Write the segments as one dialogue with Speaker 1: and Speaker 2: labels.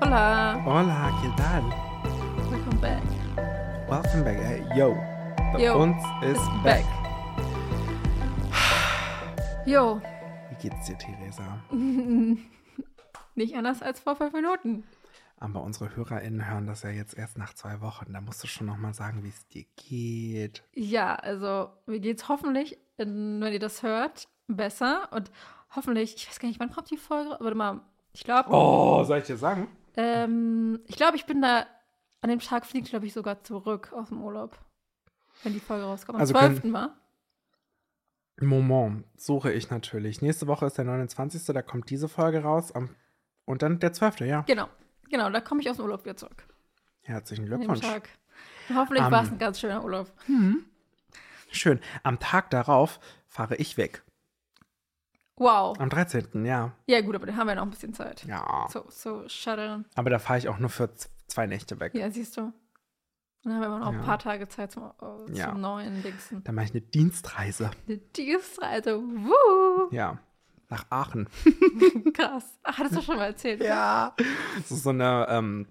Speaker 1: Hola.
Speaker 2: Hola, ¿qué tal?
Speaker 1: Welcome back.
Speaker 2: Welcome back. Hey, yo, bei
Speaker 1: Yo,
Speaker 2: uns ist
Speaker 1: It's
Speaker 2: back.
Speaker 1: back. Jo,
Speaker 2: Wie geht's dir, Theresa? Ah,
Speaker 1: nicht anders als vor fünf Minuten.
Speaker 2: Aber unsere HörerInnen hören das ja jetzt erst nach zwei Wochen. Da musst du schon nochmal sagen, wie es dir geht.
Speaker 1: Ja, also mir geht's hoffentlich, in, wenn ihr das hört, besser. Und hoffentlich, ich weiß gar nicht, wann kommt die Folge? Warte mal, ich glaube,
Speaker 2: Oh, soll ich dir sagen?
Speaker 1: ähm, ich glaube, ich bin da, an dem Tag fliege ich, glaube ich, sogar zurück aus dem Urlaub. Wenn die Folge rauskommt. Am
Speaker 2: Also können-
Speaker 1: 12. war.
Speaker 2: Moment, suche ich natürlich. Nächste Woche ist der 29. Da kommt diese Folge raus. Am, und dann der 12. Ja.
Speaker 1: Genau, genau, da komme ich aus dem Urlaub wieder zurück.
Speaker 2: Herzlichen
Speaker 1: An dem
Speaker 2: Glückwunsch. Ähm.
Speaker 1: Tag. Und hoffentlich
Speaker 2: Am-
Speaker 1: war es ein ganz schöner Urlaub.
Speaker 2: Hm. Schön. Am Tag darauf fahre ich weg.
Speaker 1: Wow.
Speaker 2: Am 13. Ja.
Speaker 1: Ja, gut, aber dann haben wir noch ein bisschen Zeit.
Speaker 2: Ja.
Speaker 1: So, so, shuttle.
Speaker 2: Aber da fahre ich auch nur für z- zwei Nächte weg.
Speaker 1: Ja, siehst du. Dann haben wir aber noch
Speaker 2: Ja.
Speaker 1: ein paar Tage Zeit zum, äh,
Speaker 2: Ja.
Speaker 1: zum neuen Dingsen.
Speaker 2: Dann mache ich eine Dienstreise.
Speaker 1: Eine Dienstreise. Wuhu!
Speaker 2: Ja. Nach Aachen.
Speaker 1: Krass. Ach, hattest du schon mal erzählt.
Speaker 2: Ja. Das ist so eine, ähm,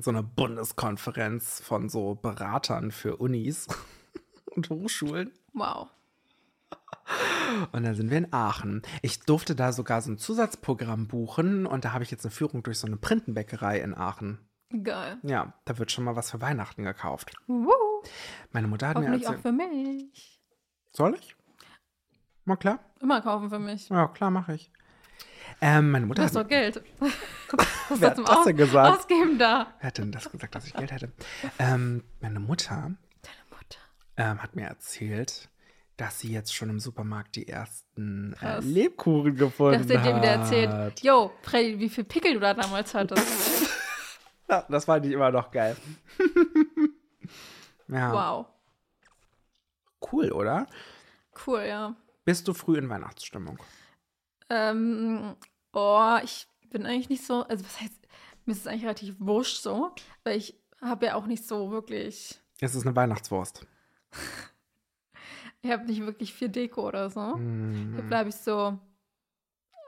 Speaker 2: so eine Bundeskonferenz von so Beratern für Unis und Hochschulen.
Speaker 1: Wow.
Speaker 2: Und dann sind wir in Aachen. Ich durfte da sogar so ein Zusatzprogramm buchen und da habe ich jetzt eine Führung durch so eine Printenbäckerei in Aachen.
Speaker 1: Geil.
Speaker 2: Ja, da wird schon mal was für Weihnachten gekauft.
Speaker 1: Wuhu!
Speaker 2: Meine Mutter hat mir
Speaker 1: Hoffentlich auch
Speaker 2: erzählt.
Speaker 1: für mich.
Speaker 2: Soll ich? Na klar.
Speaker 1: Immer kaufen für mich.
Speaker 2: Ja, klar, mache ich. Ähm, meine
Speaker 1: Du
Speaker 2: Mutter
Speaker 1: hast
Speaker 2: hat,
Speaker 1: doch Geld. Hast
Speaker 2: Wer
Speaker 1: du zum
Speaker 2: hat das
Speaker 1: Aus-
Speaker 2: denn gesagt?
Speaker 1: Ausgeben da.
Speaker 2: wer hat denn das gesagt, dass ich Geld hätte? Ähm, meine Mutter
Speaker 1: Deine Mutter.
Speaker 2: ähm, hat mir erzählt, dass sie jetzt schon im Supermarkt die ersten äh,
Speaker 1: Krass.
Speaker 2: Lebkuchen gefunden
Speaker 1: Dass
Speaker 2: hat.
Speaker 1: der dir wieder erzählt, yo, Freddy, wie viel Pickel du da damals hattest.
Speaker 2: Ja, das fand ich immer noch geil. ja,
Speaker 1: Wow.
Speaker 2: cool, oder?
Speaker 1: Cool, ja.
Speaker 2: Bist du früh in Weihnachtsstimmung?
Speaker 1: Ähm, oh, ich bin eigentlich nicht so, also was heißt, mir ist es eigentlich relativ wurscht so, weil ich habe ja auch nicht so wirklich,
Speaker 2: Es ist eine Weihnachtswurst.
Speaker 1: ich habe nicht wirklich viel Deko oder so. Ich
Speaker 2: Mm.
Speaker 1: habe, glaube ich, so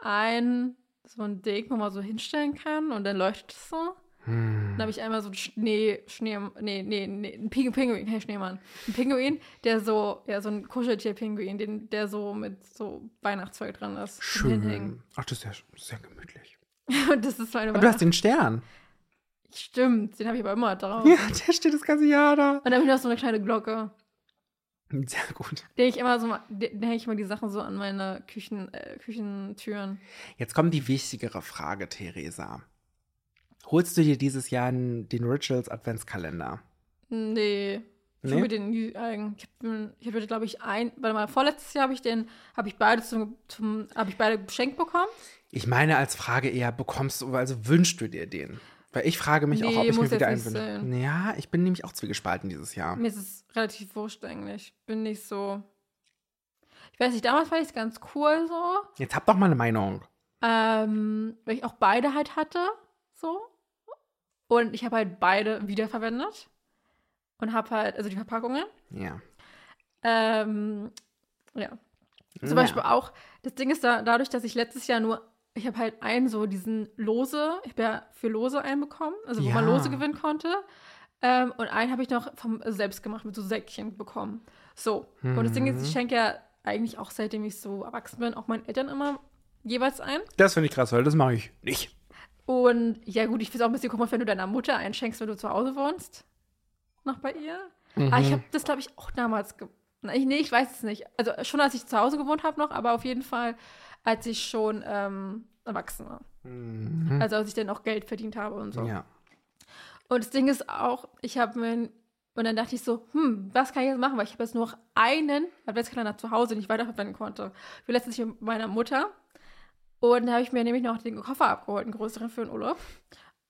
Speaker 1: ein, so ein Deko wo man so hinstellen kann und dann leuchtet es so.
Speaker 2: Mm.
Speaker 1: Dann habe ich einmal so einen Schnee, Schnee, nee, nee, nee, einen Ping Pinguin, kein Schneemann. Ein Pinguin, der so, ja, so ein Kuscheltier-Pinguin, den- der so mit so Weihnachtszeug dran ist. zum Hinhängen.
Speaker 2: Schön. Ach, das ist ja sehr gemütlich.
Speaker 1: Und das ist meine
Speaker 2: Aber du
Speaker 1: Weihnachts
Speaker 2: hast den Stern.
Speaker 1: Stimmt, den habe ich aber immer drauf.
Speaker 2: Ja, der steht das ganze Jahr da.
Speaker 1: Und dann habe ich noch so eine kleine Glocke.
Speaker 2: Sehr gut.
Speaker 1: Den ich immer so, ma- den hänge ich immer die Sachen so an meine Küchen, äh, Küchentüren.
Speaker 2: Jetzt kommt die wichtigere Frage, Theresa. Holst du dir dieses Jahr n- den Rituals Adventskalender?
Speaker 1: Nee. Ich
Speaker 2: Nee?
Speaker 1: habe den nie eigen. Ich habe, ich hab, glaube ich, ein, warte mal, vorletztes Jahr habe ich den, habe ich beide zum, zum habe ich beide geschenkt bekommen.
Speaker 2: Ich meine als Frage eher, bekommst du, also wünschst du dir den? Weil ich frage mich auch,
Speaker 1: Nee,
Speaker 2: ob ich
Speaker 1: muss
Speaker 2: mir wieder einen
Speaker 1: jetzt nicht
Speaker 2: wünsche. Ja, ich bin nämlich auch zwiegespalten dieses Jahr.
Speaker 1: Mir ist es relativ wurscht eigentlich. Bin nicht so. Ich weiß nicht, damals fand ich es ganz cool so.
Speaker 2: Jetzt hab doch mal eine Meinung.
Speaker 1: Ähm, weil ich auch beide halt hatte, so. Und ich habe halt beide wiederverwendet. Und habe halt, also die Verpackungen.
Speaker 2: Ja.
Speaker 1: Ähm, ja. Zum
Speaker 2: Ja.
Speaker 1: Beispiel auch, das Ding ist da, dadurch, dass ich letztes Jahr nur, ich habe halt einen so diesen Lose, ich habe ja für Lose einen bekommen, also wo man
Speaker 2: Ja.
Speaker 1: Lose gewinnen konnte. Ähm, und einen habe ich noch vom also selbst gemacht mit so Säckchen bekommen. So. Und das Ding ist,
Speaker 2: Mhm.
Speaker 1: ich schenke ja eigentlich auch seitdem ich so erwachsen bin, auch meinen Eltern immer jeweils ein.
Speaker 2: Das finde ich krass, weil das mache ich nicht.
Speaker 1: Und ja, gut, ich finde es auch ein bisschen komisch, wenn du deiner Mutter einschenkst, wenn du zu Hause wohnst. Noch bei ihr. Aber Ah,
Speaker 2: Mhm.
Speaker 1: ich habe das, glaube ich, auch damals. Ge Na, ich, nee, ich weiß es nicht. Also schon, als ich zu Hause gewohnt habe, noch, aber auf jeden Fall, als ich schon ähm, erwachsen war.
Speaker 2: Mhm.
Speaker 1: Also, als ich dann auch Geld verdient habe und so.
Speaker 2: Ja.
Speaker 1: Und das Ding ist auch, ich habe mir. Und dann dachte ich so, hm, was kann ich jetzt machen? Weil ich habe jetzt nur noch einen Adventskalender zu Hause, den ich weiterverwenden konnte. Ich war letztens mit meiner Mutter. Und da habe ich mir nämlich noch den Koffer abgeholt, einen größeren für den Urlaub.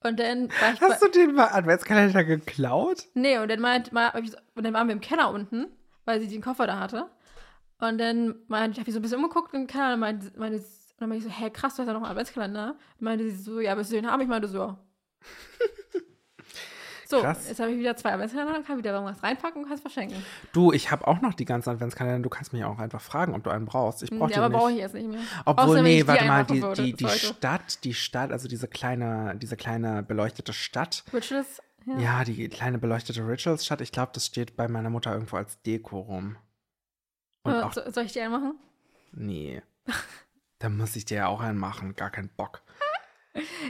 Speaker 1: Und dann war ich bei-
Speaker 2: Hast du den mal Adventskalender geklaut?
Speaker 1: Nee, und dann, meint, mal, hab ich, so- und dann waren wir im Keller unten, weil sie den Koffer da hatte. Und dann meinte ich, habe ich so ein bisschen umgeguckt im Keller und meinte, meinte, sie- und dann meinte ich so, hä, krass, du hast ja noch einen Adventskalender. Und meinte sie so, ja, willst du den haben? Ich meinte so, ja. So,
Speaker 2: Krass.
Speaker 1: jetzt habe ich wieder zwei Adventskalender, kann wieder irgendwas reinpacken und kann es verschenken.
Speaker 2: Du, ich habe auch noch die ganzen Adventskalender. Du kannst mich auch einfach fragen, ob du einen brauchst. Ich brauche
Speaker 1: ja, aber
Speaker 2: die
Speaker 1: brauche
Speaker 2: nicht.
Speaker 1: ich jetzt nicht mehr.
Speaker 2: Obwohl,
Speaker 1: Außer, wenn ich
Speaker 2: nee,
Speaker 1: die
Speaker 2: warte mal,
Speaker 1: einpacken
Speaker 2: die,
Speaker 1: würde,
Speaker 2: die, die
Speaker 1: sollte.
Speaker 2: Stadt, die Stadt, also diese kleine, diese kleine beleuchtete Stadt.
Speaker 1: Witches. Ja.
Speaker 2: Ja, die kleine beleuchtete Rituals-Stadt, ich glaube, das steht bei meiner Mutter irgendwo als Deko rum. Und
Speaker 1: Äh,
Speaker 2: auch,
Speaker 1: so, soll ich die einmachen?
Speaker 2: nee. da muss ich dir ja auch einen machen, gar keinen Bock.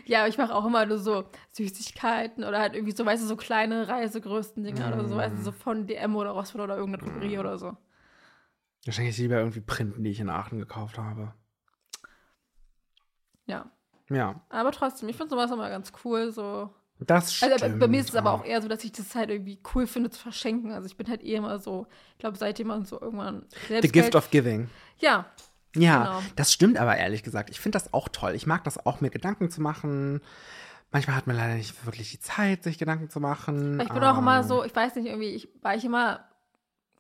Speaker 1: Ja, aber ich mache auch immer nur so Süßigkeiten oder halt irgendwie so, weißt du, so kleine Reisegrößten Dinger oder so,
Speaker 2: Mm.
Speaker 1: weißt du, so von DM oder Rossmann oder irgendeiner Drogerie oder so.
Speaker 2: Da schenke ich lieber irgendwie Printen, die ich in Aachen gekauft habe.
Speaker 1: Ja.
Speaker 2: Ja,
Speaker 1: Aber trotzdem, ich finde sowas immer ganz cool. So.
Speaker 2: das stimmt.
Speaker 1: Also bei, bei mir ist es aber auch eher so, dass ich das halt irgendwie cool finde zu verschenken. Also ich bin halt eh immer so, ich glaube, seitdem man so irgendwann selbst.
Speaker 2: The Gift
Speaker 1: Geld-
Speaker 2: of Giving.
Speaker 1: Ja,
Speaker 2: Ja,
Speaker 1: Genau.
Speaker 2: das stimmt aber ehrlich gesagt. Ich finde das auch toll. Ich mag das auch, mir Gedanken zu machen. Manchmal hat man leider nicht wirklich die Zeit, sich Gedanken zu machen. Ähm,
Speaker 1: Ich bin auch immer
Speaker 2: aber-
Speaker 1: so, ich weiß nicht, irgendwie, ich, weil ich immer,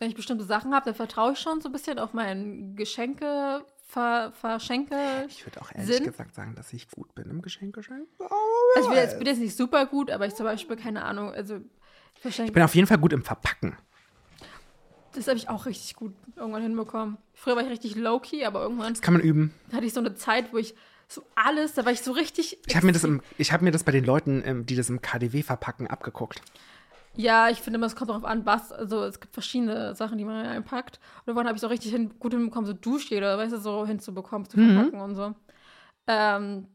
Speaker 1: wenn ich bestimmte Sachen habe, dann vertraue ich schon so ein bisschen auf mein Geschenke, ver, Verschenke.
Speaker 2: Ich würde auch ehrlich
Speaker 1: Sinn?
Speaker 2: gesagt sagen, dass ich gut bin im Geschenkegeschenk.
Speaker 1: Also ich bin jetzt, bin jetzt nicht super gut, aber ich zum Beispiel, keine Ahnung, also
Speaker 2: Ich bin
Speaker 1: verschenke.
Speaker 2: auf jeden Fall gut im Verpacken.
Speaker 1: Das habe ich auch richtig gut irgendwann hinbekommen. Früher war ich richtig low-key, aber irgendwann
Speaker 2: Das kann man üben.
Speaker 1: hatte ich so eine Zeit, wo ich so alles, da war ich so richtig.
Speaker 2: Ich habe mir, das im- ich hab mir das bei den Leuten, ähm, die das im KDW verpacken, abgeguckt.
Speaker 1: Ja, ich finde immer, es kommt darauf an, was. Also es gibt verschiedene Sachen, die man einpackt. Und irgendwann habe ich so richtig hin, gut hinbekommen, so Dusche oder weißt du, so hinzubekommen, zu verpacken und so. Ähm,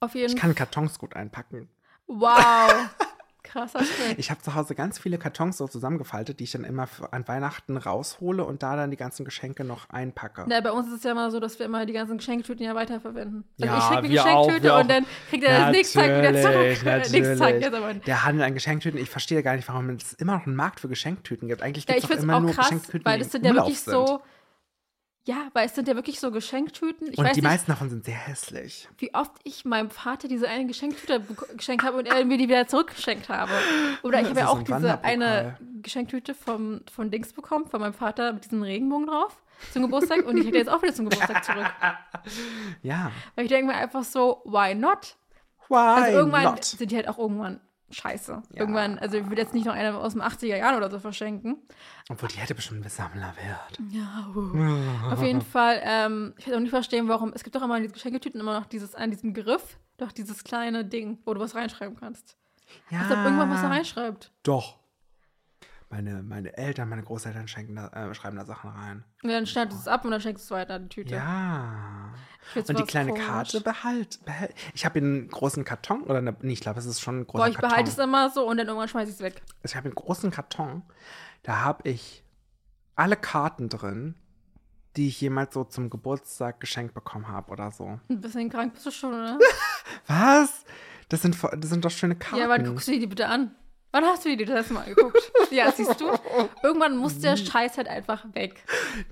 Speaker 1: auf jeden
Speaker 2: Ich kann Kartons gut einpacken.
Speaker 1: Wow. Krasser Schritt.
Speaker 2: Ich habe zu Hause ganz viele Kartons so zusammengefaltet, die ich dann immer für- an Weihnachten raushole und da dann die ganzen Geschenke noch einpacke.
Speaker 1: Na, bei uns ist es ja immer so, dass wir immer die ganzen Geschenktüten ja weiterverwenden. Also
Speaker 2: Ja,
Speaker 1: ich krieg die
Speaker 2: wir auch,
Speaker 1: Geschenktüte
Speaker 2: wir auch.
Speaker 1: und dann kriegt er das nächste Tag wieder zurück.
Speaker 2: Natürlich,
Speaker 1: Nächsten Tag,
Speaker 2: natürlich.
Speaker 1: jetzt aber. nicht.
Speaker 2: Der Handel an Geschenktüten, ich verstehe gar nicht, warum es immer noch einen Markt für Geschenktüten gibt. Eigentlich
Speaker 1: Ja,
Speaker 2: gibt
Speaker 1: ich finde
Speaker 2: es doch
Speaker 1: es
Speaker 2: immer
Speaker 1: auch
Speaker 2: nur
Speaker 1: krass,
Speaker 2: Geschenktüten,
Speaker 1: weil
Speaker 2: die
Speaker 1: das
Speaker 2: im
Speaker 1: sind ja
Speaker 2: Umlauf
Speaker 1: wirklich
Speaker 2: sind.
Speaker 1: so. Ja, weil es sind ja wirklich so Geschenktüten. Ich
Speaker 2: und
Speaker 1: weiß
Speaker 2: die
Speaker 1: nicht,
Speaker 2: meisten davon sind sehr hässlich.
Speaker 1: wie oft ich meinem Vater diese eine Geschenktüte bek- geschenkt habe und er mir die wieder zurückgeschenkt habe. Oder ich
Speaker 2: Das
Speaker 1: habe ja
Speaker 2: ist
Speaker 1: auch
Speaker 2: ein
Speaker 1: diese
Speaker 2: Wanderpokal.
Speaker 1: eine Geschenktüte vom, von Dings bekommen, von meinem Vater mit diesem Regenbogen drauf zum Geburtstag und ich hätte jetzt auch wieder zum Geburtstag zurück.
Speaker 2: Ja.
Speaker 1: Weil ich denke mir einfach so, why not?
Speaker 2: Why
Speaker 1: Also irgendwann
Speaker 2: not?
Speaker 1: sind die halt auch irgendwann scheiße.
Speaker 2: Ja.
Speaker 1: Irgendwann, also ich würde jetzt nicht noch eine aus den 80er Jahren oder so verschenken.
Speaker 2: Obwohl, die hätte bestimmt einen Sammlerwert.
Speaker 1: Ja, uh. Auf jeden Fall, ähm, ich werde auch nicht verstehen, warum. Es gibt doch immer in diesen Geschenketüten immer noch dieses, an diesem Griff, doch dieses kleine Ding, wo du was reinschreiben kannst.
Speaker 2: Ja.
Speaker 1: Als ob Also irgendwann
Speaker 2: Ah.
Speaker 1: was da reinschreibt.
Speaker 2: Doch. Meine, meine Eltern, meine Großeltern schenken da, äh, schreiben da Sachen rein.
Speaker 1: Und dann schneidest du es ab und dann schenkst du es weiter in die Tüte.
Speaker 2: Ja.
Speaker 1: Ich find's
Speaker 2: Und die
Speaker 1: was
Speaker 2: kleine
Speaker 1: komisch.
Speaker 2: Karte behalt. behält. Ich habe einen großen Karton, oder eine, nee, ich glaube, es ist schon ein großer
Speaker 1: Boah, ich
Speaker 2: Karton.
Speaker 1: behalte es immer so und dann irgendwann schmeiß ich es weg.
Speaker 2: Also ich habe einen großen Karton, da habe ich alle Karten drin, die ich jemals so zum Geburtstag geschenkt bekommen habe oder so.
Speaker 1: Ein bisschen krank bist du schon, oder?
Speaker 2: Was? Das sind, vo- das sind doch schöne Karten.
Speaker 1: ja, wann guckst du dir die bitte an? Wann hast du dir die das letzte Mal angeguckt? ja, siehst du? Irgendwann muss der
Speaker 2: Mhm.
Speaker 1: Scheiß halt einfach weg.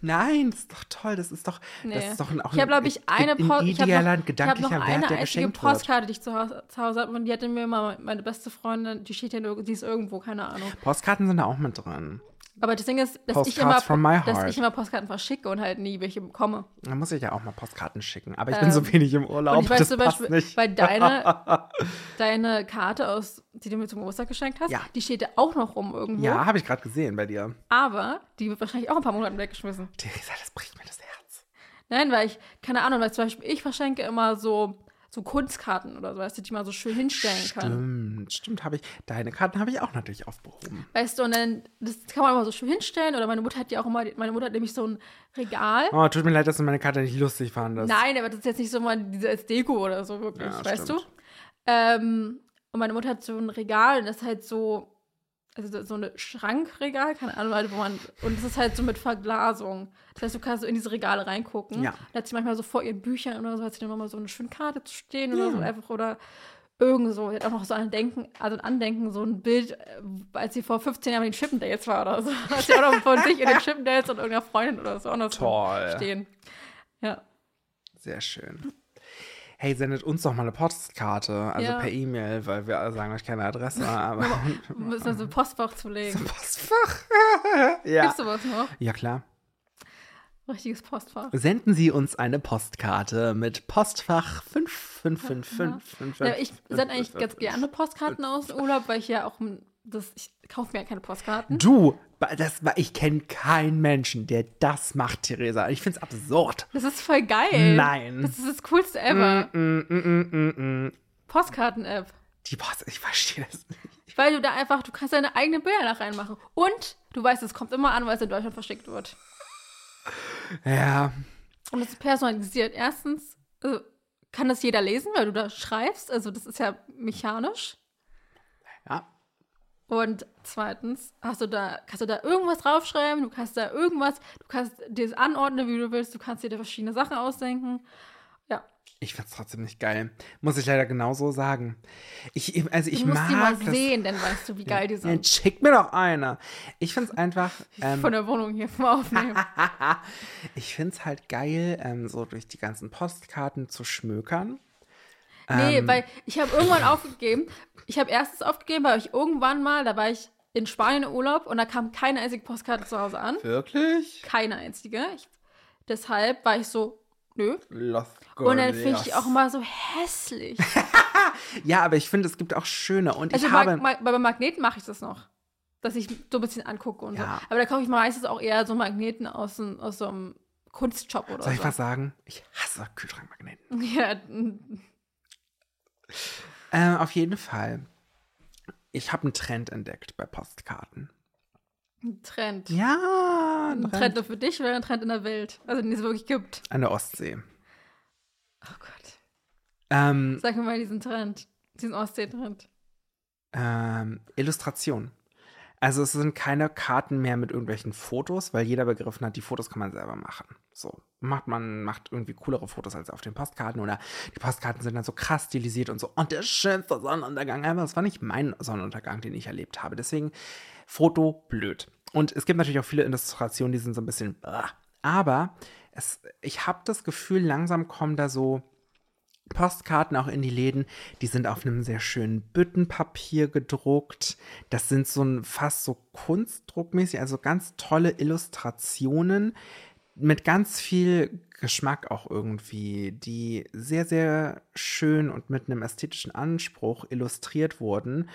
Speaker 2: Nein, das ist doch toll. Das ist doch, das
Speaker 1: Nee.
Speaker 2: ist doch ein, auch
Speaker 1: ich habe, glaube ich, eine
Speaker 2: ein
Speaker 1: Po- ich hab noch-
Speaker 2: idealer,
Speaker 1: ich hab
Speaker 2: gedanklicher
Speaker 1: noch
Speaker 2: Wert,
Speaker 1: eine
Speaker 2: der
Speaker 1: einzige
Speaker 2: geschenkt wird.
Speaker 1: Postkarte, die ich zu Hause, zu Hause habe und die hatte mir mal meine beste Freundin, die steht ja nur, die ist irgendwo, keine Ahnung.
Speaker 2: Postkarten sind da auch mit drin.
Speaker 1: Aber das Ding ist, dass ich,
Speaker 2: Postcards
Speaker 1: immer,
Speaker 2: from my
Speaker 1: dass
Speaker 2: heart.
Speaker 1: ich immer Postkarten verschicke und halt nie welche bekomme.
Speaker 2: Da muss ich ja auch mal Postkarten schicken. Aber ich
Speaker 1: Ähm,
Speaker 2: bin so wenig im Urlaub.
Speaker 1: Und ich weiß
Speaker 2: das
Speaker 1: zum
Speaker 2: passt
Speaker 1: Beispiel,
Speaker 2: nicht.
Speaker 1: weil deine, deine Karte, aus, die du mir zum Geburtstag geschenkt hast,
Speaker 2: Ja.
Speaker 1: die steht da auch noch rum irgendwo.
Speaker 2: ja, habe ich gerade gesehen bei dir.
Speaker 1: Aber die wird wahrscheinlich auch in ein paar Monaten weggeschmissen.
Speaker 2: Theresa, das bricht mir das Herz.
Speaker 1: Nein, weil ich, keine Ahnung, weil zum Beispiel ich verschenke immer so, so Kunstkarten oder so, weißt du, die man so schön hinstellen kann.
Speaker 2: Stimmt, stimmt, habe ich. Deine Karten habe ich auch natürlich aufgehoben.
Speaker 1: Weißt du, und dann, das kann man immer so schön hinstellen. Oder meine Mutter hat ja auch immer, meine Mutter hat nämlich so ein Regal.
Speaker 2: Oh, tut mir leid, dass du meine Karte nicht lustig fandest.
Speaker 1: Nein, aber das ist jetzt nicht so mal diese als Deko oder so wirklich,
Speaker 2: Ja,
Speaker 1: weißt
Speaker 2: stimmt.
Speaker 1: du? Ähm, und meine Mutter hat so ein Regal und das ist halt so, also so ein Schrankregal, keine Ahnung, halt, wo man, und das ist halt so mit Verglasung. Das heißt, du kannst so in diese Regale reingucken.
Speaker 2: Ja.
Speaker 1: Und da hat sie manchmal so vor ihren Büchern oder so, hat sie dann nochmal so eine schöne Karte zu stehen
Speaker 2: Ja.
Speaker 1: oder so einfach oder irgend so. Sie hat auch noch so ein Denken, also ein Andenken, so ein Bild, äh, als sie vor 15 Jahren mit den Chippendales war oder so. Hat sie auch noch von sich in den Chippendales und irgendeiner Freundin oder so auch noch so
Speaker 2: Toll.
Speaker 1: stehen. Ja.
Speaker 2: Sehr schön. Hey, sendet uns doch mal eine Postkarte, also
Speaker 1: Ja.
Speaker 2: per E-Mail, weil wir sagen euch keine Adresse,
Speaker 1: Oh,
Speaker 2: aber
Speaker 1: Müssen wir um so ein Postfach zulegen.
Speaker 2: Postfach. ja.
Speaker 1: Gibt's sowas noch?
Speaker 2: ja, klar.
Speaker 1: Richtiges Postfach.
Speaker 2: Senden Sie uns eine Postkarte mit Postfach 555555.
Speaker 1: Ja, ich sende eigentlich ganz gerne Postkarten aus dem Urlaub, weil ich ja auch m- das, ich kaufe mir ja keine Postkarten.
Speaker 2: Du, ba- das, war- ich kenne keinen Menschen, der das macht, Theresa. Ich finde es absurd.
Speaker 1: Das ist voll geil.
Speaker 2: Nein.
Speaker 1: Das ist das coolste ever.
Speaker 2: Mm, mm, mm, mm, mm.
Speaker 1: Postkarten-App.
Speaker 2: Die Post, ich verstehe das nicht.
Speaker 1: Weil du da einfach, du kannst deine eigenen Bilder nach reinmachen. Und du weißt, es kommt immer an, weil es in Deutschland verschickt wird.
Speaker 2: Ja,
Speaker 1: Und es ist personalisiert. Erstens also, kann das jeder lesen, weil du da schreibst. Also das ist ja mechanisch.
Speaker 2: ja.
Speaker 1: Und zweitens hast du da, kannst du da irgendwas draufschreiben, du kannst da irgendwas, du kannst dir das anordnen, wie du willst, du kannst dir da verschiedene Sachen ausdenken. Ja,
Speaker 2: Ich find's trotzdem nicht geil. Muss ich leider genauso sagen. Ich, also ich
Speaker 1: du musst
Speaker 2: mag
Speaker 1: die mal
Speaker 2: das.
Speaker 1: sehen, dann weißt du, wie geil die
Speaker 2: Dann
Speaker 1: sind.
Speaker 2: schick mir doch eine. Ich find's einfach. Ähm, ah,
Speaker 1: Von der Wohnung hier vom Aufnehmen.
Speaker 2: ich find's halt geil, ähm, so durch die ganzen Postkarten zu schmökern. ah, ähm.
Speaker 1: Nee, weil ich habe irgendwann aufgegeben. Ich habe erstens aufgegeben, weil ich irgendwann mal, da war ich in Spanien im Urlaub und da kam keine einzige Postkarte zu Hause an.
Speaker 2: Wirklich?
Speaker 1: Keine einzige. Ich, deshalb war ich so, nö.
Speaker 2: Los
Speaker 1: Und dann finde ich die
Speaker 2: Golias.
Speaker 1: auch mal so hässlich.
Speaker 2: Ja, aber ich finde, es gibt auch schöne. Und
Speaker 1: Also
Speaker 2: ich
Speaker 1: Mag
Speaker 2: habe.
Speaker 1: Mag bei Magneten mache ich das noch. Dass ich so ein bisschen angucke und
Speaker 2: Ja.
Speaker 1: so. Aber da kaufe ich meistens auch eher so Magneten aus, so- aus so einem Kunstshop oder
Speaker 2: soll ich
Speaker 1: so.
Speaker 2: was sagen? Ich hasse Kühlschrankmagneten.
Speaker 1: Ja,
Speaker 2: Ähm, auf jeden Fall. Ich habe einen Trend entdeckt bei Postkarten.
Speaker 1: ein Trend.
Speaker 2: Ja,
Speaker 1: Ein Trend nur für dich oder ein Trend in der Welt? Also den es wirklich gibt.
Speaker 2: An der Ostsee.
Speaker 1: Oh Gott.
Speaker 2: Ähm,
Speaker 1: Sag mir mal diesen Trend. Diesen Ostsee-Trend.
Speaker 2: ähm, Illustration. Also es sind keine Karten mehr mit irgendwelchen Fotos, weil jeder begriffen hat, die Fotos kann man selber machen. So macht man macht irgendwie coolere Fotos als auf den Postkarten oder die Postkarten sind dann so krass stilisiert und so und der schönste Sonnenuntergang. Aber das war nicht mein Sonnenuntergang, den ich erlebt habe. Deswegen Foto blöd. Und es gibt natürlich auch viele Illustrationen, die sind so ein bisschen. ah. Aber es, ich habe das Gefühl, langsam kommen da so Postkarten auch in die Läden, die sind auf einem sehr schönen Büttenpapier gedruckt. Das sind so ein, fast so kunstdruckmäßig, also ganz tolle Illustrationen mit ganz viel Geschmack auch irgendwie, die sehr, sehr schön und mit einem ästhetischen Anspruch illustriert wurden,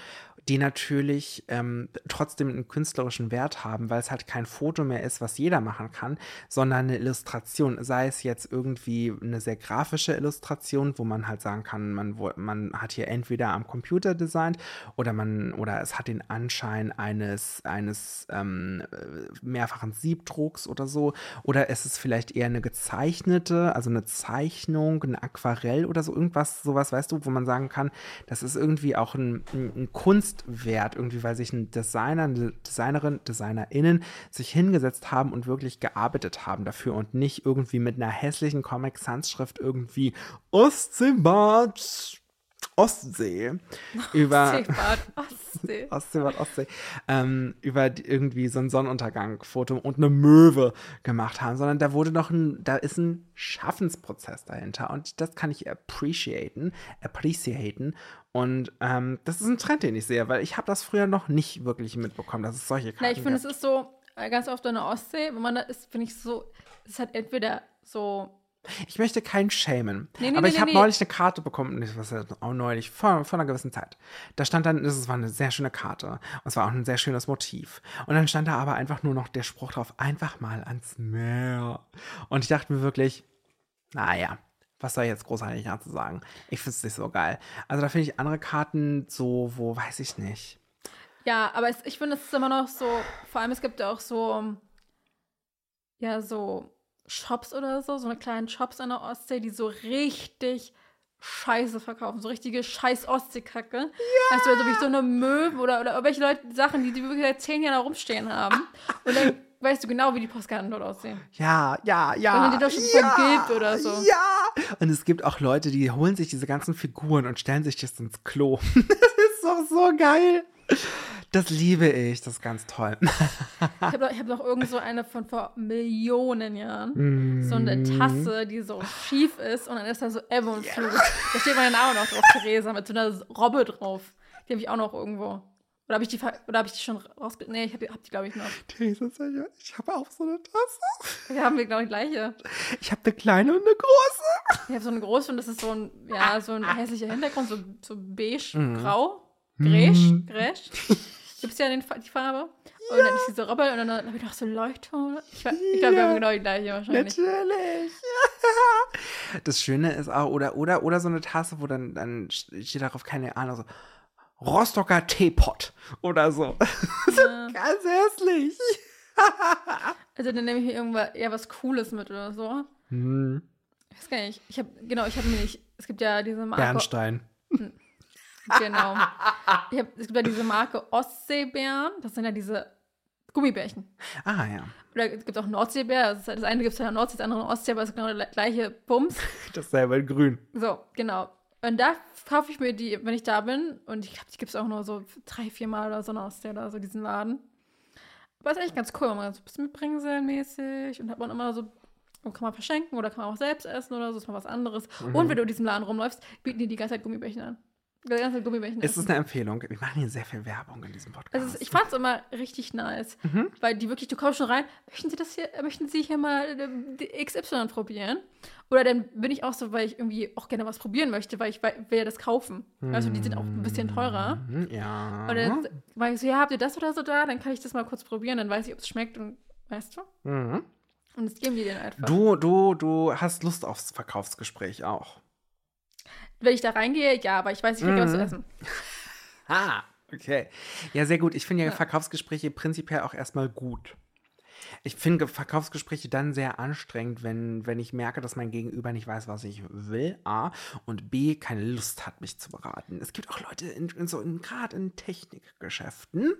Speaker 2: die natürlich ähm, trotzdem einen künstlerischen Wert haben, weil es halt kein Foto mehr ist, was jeder machen kann, sondern eine Illustration, sei es jetzt irgendwie eine sehr grafische Illustration, wo man halt sagen kann, man, wo, man hat hier entweder am Computer designt oder man oder es hat den Anschein eines eines ähm, äh, mehrfachen Siebdrucks oder so oder es ist vielleicht eher eine gezeichnete, also eine Zeichnung, ein Aquarell oder so irgendwas sowas, weißt du, wo man sagen kann, das ist irgendwie auch ein, ein, ein Kunstwert irgendwie, weil sich ein Designer, eine Designerin, Designerinnen sich hingesetzt haben und wirklich gearbeitet haben dafür und nicht irgendwie mit einer hässlichen Comic Sans Schrift irgendwie Ostseebad Ostsee über
Speaker 1: Seebad, Ostsee.
Speaker 2: Ostsee, Bad Ostsee, ähm, über die, irgendwie so ein Sonnenuntergang-Foto und eine Möwe gemacht haben, sondern da wurde noch ein, da ist ein Schaffensprozess dahinter und das kann ich appreciaten, appreciaten und ähm, das ist ein Trend, den ich sehe, weil ich habe das früher noch nicht wirklich mitbekommen, dass es solche Karten
Speaker 1: Na, ich finde, es
Speaker 2: gibt.
Speaker 1: ist so, äh, ganz oft in der Ostsee, wenn man da ist, finde ich so, es hat entweder so
Speaker 2: Ich möchte keinen schämen,
Speaker 1: Nee, nee,
Speaker 2: aber
Speaker 1: nee,
Speaker 2: ich
Speaker 1: nee,
Speaker 2: habe
Speaker 1: nee.
Speaker 2: neulich eine Karte bekommen, und das war auch neulich, vor, vor einer gewissen Zeit. Da stand dann, das war eine sehr schöne Karte und es war auch ein sehr schönes Motiv. Und dann stand da aber einfach nur noch der Spruch drauf, einfach mal ans Meer. Und ich dachte mir wirklich, naja, was soll ich jetzt großartig dazu sagen? Ich finde es nicht so geil. Also da finde ich andere Karten so, wo weiß ich nicht.
Speaker 1: Ja, aber es, ich finde, es ist immer noch so, vor allem es gibt ja auch so, ähm, ja, so Shops oder so, so eine kleinen Shops an der Ostsee, die so richtig Scheiße verkaufen, so richtige scheiß Ostseekacke. Ja! Weißt du, also wie so eine Möwe oder, oder irgendwelche Leute, Sachen, die, die wirklich seit zehn Jahren da rumstehen haben. Und dann weißt du genau, wie die Postkarten dort aussehen.
Speaker 2: Ja, ja, ja.
Speaker 1: Wenn man die doch schon
Speaker 2: ja,
Speaker 1: vergibt oder so.
Speaker 2: Ja. Und es gibt auch Leute, die holen sich diese ganzen Figuren und stellen sich das ins Klo. das ist doch so geil. Das liebe ich, das ist ganz toll.
Speaker 1: Ich habe noch, ich hab noch irgend so eine von vor Millionen Jahren. So eine
Speaker 2: Mhm.
Speaker 1: Tasse, die so schief ist und dann ist da so Ebbe und Flut. Da steht mein Name noch drauf, Theresa, mit so einer Robbe drauf. Die habe ich auch noch irgendwo. Oder habe ich die, ver- oder habe ich die schon rausge... Nee, ich habe die, hab die glaube ich, noch.
Speaker 2: Theresa, sag ich, ich habe auch so eine Tasse.
Speaker 1: Wir haben, genau die gleiche.
Speaker 2: Ich habe eine kleine und eine große.
Speaker 1: Ich habe so eine große und das ist so ein, ja, so ein hässlicher Hintergrund, so, so beige-grau. Gräsch,
Speaker 2: Mhm.
Speaker 1: gräsch. Gibt es ja den, Fa- die Farbe. Und dann ist diese Robbe und dann habe ich noch so Leuchtturm. Ich, war- ich glaube, wir
Speaker 2: Ja.
Speaker 1: haben genau die gleiche wahrscheinlich.
Speaker 2: Natürlich. das Schöne ist auch, oder, oder, oder so eine Tasse, wo dann, dann steht darauf keine Ahnung, so Rostocker Teepot oder so.
Speaker 1: Ja.
Speaker 2: Ganz hässlich.
Speaker 1: Also dann nehme ich mir irgendwas, eher was Cooles mit oder so.
Speaker 2: Hm.
Speaker 1: Ich weiß gar nicht. Ich habe, genau, ich habe mir nicht, es gibt ja diese Marke,
Speaker 2: Bernstein.
Speaker 1: genau. Ich hab, es gibt ja diese Marke Ostseebären, das sind ja diese Gummibärchen.
Speaker 2: Ah ja.
Speaker 1: Oder es gibt auch Nordseebär, also das das eine gibt es ja in der Nordsee, das andere in der Ostsee, aber es ist genau der gleiche Bums.
Speaker 2: Dasselbe in grün.
Speaker 1: So, genau. Und da kaufe ich mir die, wenn ich da bin. Und ich glaube, die gibt es auch nur so drei, vier Mal oder so in der Ostsee oder so, diesen Laden. Aber ist eigentlich ganz cool, wenn man so ein bisschen mitbringselmäßig und hat man immer so, und kann man verschenken oder kann man auch selbst essen oder so, ist mal was anderes.
Speaker 2: Mhm.
Speaker 1: Und wenn du in diesem Laden rumläufst, bieten die die ganze Zeit Gummibärchen an. Die ganze Zeit Gummibärchen
Speaker 2: Ist
Speaker 1: essen.
Speaker 2: es eine Empfehlung? Wir machen hier sehr viel Werbung in diesem Podcast.
Speaker 1: Also es ist- ich fand es immer richtig nice,
Speaker 2: Mhm.
Speaker 1: weil die wirklich, du kommst schon rein, möchten Sie das hier, möchten Sie hier mal ähm, die XY probieren? Oder dann bin ich auch so, weil ich irgendwie auch gerne was probieren möchte, weil ich wei- will ja das kaufen. Also die sind auch ein bisschen teurer.
Speaker 2: Mhm, ja.
Speaker 1: Und dann war ich so, ja, habt ihr das oder so da? Dann kann ich das mal kurz probieren, dann weiß ich, ob es schmeckt und weißt du?
Speaker 2: Mhm.
Speaker 1: Und es geben die den einfach.
Speaker 2: Du, du, du hast Lust aufs Verkaufsgespräch auch.
Speaker 1: Wenn ich da reingehe, ja, aber ich weiß, ich kriege was zu
Speaker 2: Mhm.
Speaker 1: essen.
Speaker 2: Ah, okay. Ja, sehr gut. Ich finde ja,
Speaker 1: Ja.
Speaker 2: Verkaufsgespräche prinzipiell auch erstmal gut. Ich finde Verkaufsgespräche dann sehr anstrengend, wenn, wenn ich merke, dass mein Gegenüber nicht weiß, was ich will, A, und B, keine Lust hat, mich zu beraten. Es gibt auch Leute, in, in so, in, gerade in Technikgeschäften,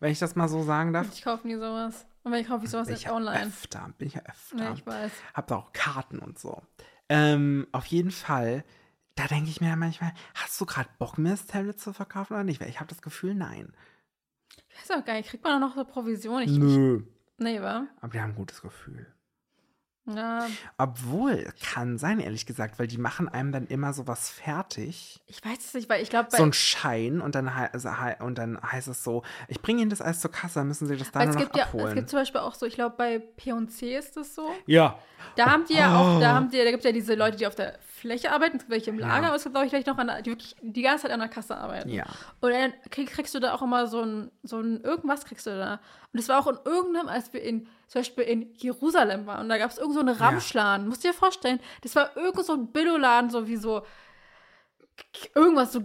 Speaker 2: wenn ich das mal so sagen darf.
Speaker 1: Ich kaufe nie sowas. Und wenn ich kaufe ich sowas
Speaker 2: bin ich
Speaker 1: ich
Speaker 2: ja
Speaker 1: online.
Speaker 2: öfter, bin ich ja öfter.
Speaker 1: Ja, ich weiß.
Speaker 2: Hab da auch Karten und so. Ähm, auf jeden Fall, da denke ich mir ja manchmal, hast du gerade Bock, mir das Tablet zu verkaufen oder nicht? Weil ich habe das Gefühl, nein.
Speaker 1: Ich weiß auch gar nicht, kriegt man auch noch so Provision? Ich,
Speaker 2: Nö.
Speaker 1: Nee, wa?
Speaker 2: Aber die haben ein gutes Gefühl.
Speaker 1: Ja,
Speaker 2: Obwohl, kann sein, ehrlich gesagt, weil die machen einem dann immer sowas fertig.
Speaker 1: ich weiß es nicht, weil ich glaube,
Speaker 2: So ein Schein und dann, hei- also hei- und dann heißt es so, ich bringe Ihnen das Eis zur Kasse, dann müssen Sie das da
Speaker 1: Weil es
Speaker 2: nur noch
Speaker 1: gibt ja, es
Speaker 2: abholen.
Speaker 1: gibt zum Beispiel auch so, ich glaube, bei P&C ist das so.
Speaker 2: ja.
Speaker 1: Da haben die ja auch, da
Speaker 2: Oh.
Speaker 1: haben die, da gibt ja diese Leute, die auf der Fläche arbeiten, es gibt welche im
Speaker 2: Ja.
Speaker 1: Lager, aber es gibt, glaube ich, gleich noch, an der, die wirklich die ganze Zeit an der Kasse arbeiten.
Speaker 2: Ja.
Speaker 1: Und dann krieg, kriegst du da auch immer so ein, so ein, irgendwas kriegst du da. Und das war auch in irgendeinem, als wir in, zum Beispiel in Jerusalem waren, und da gab es irgend so eine Ramschladen, musst du dir vorstellen, das war irgend so ein Billoladen, so wie so, irgendwas so,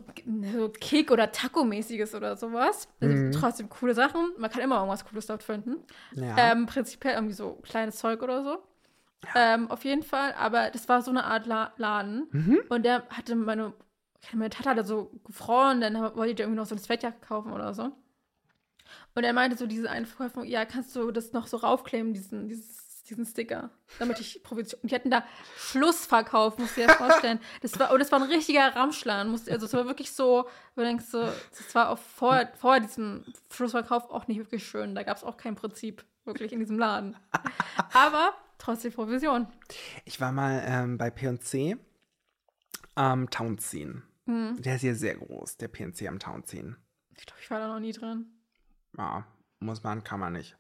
Speaker 1: so Kick- oder Taco-mäßiges oder sowas. Also
Speaker 2: Mhm.
Speaker 1: Trotzdem coole Sachen. Man kann immer irgendwas Cooles dort finden.
Speaker 2: Ja.
Speaker 1: Ähm, prinzipiell irgendwie so kleines Zeug oder so. Ähm, auf jeden Fall, aber das war so eine Art La Laden.
Speaker 2: Mhm.
Speaker 1: Und der hatte meine, keine, meine Tante hatte so gefroren, dann wollte die irgendwie noch so eine Sweatjacke kaufen oder so. Und er meinte so diese Einverkäufung, ja, kannst du das noch so raufkleben, diesen, dieses, diesen Sticker, damit ich Provision. Und die hatten da Schlussverkauf, musst du dir das vorstellen. Das war, und das war ein richtiger Ramschlan. musst- Also es war wirklich so, du denkst so, das war auch vor,
Speaker 2: Hm.
Speaker 1: vor diesem Schlussverkauf auch nicht wirklich schön. Da gab es auch kein Prinzip, wirklich in diesem Laden. Aber trotzdem Provision.
Speaker 2: Ich war mal ähm, bei P&C am Townscene.
Speaker 1: Hm.
Speaker 2: Der ist hier sehr groß, der PNC am Townscene.
Speaker 1: Ich glaube, ich war da noch nie drin.
Speaker 2: Ja, muss man, kann man nicht.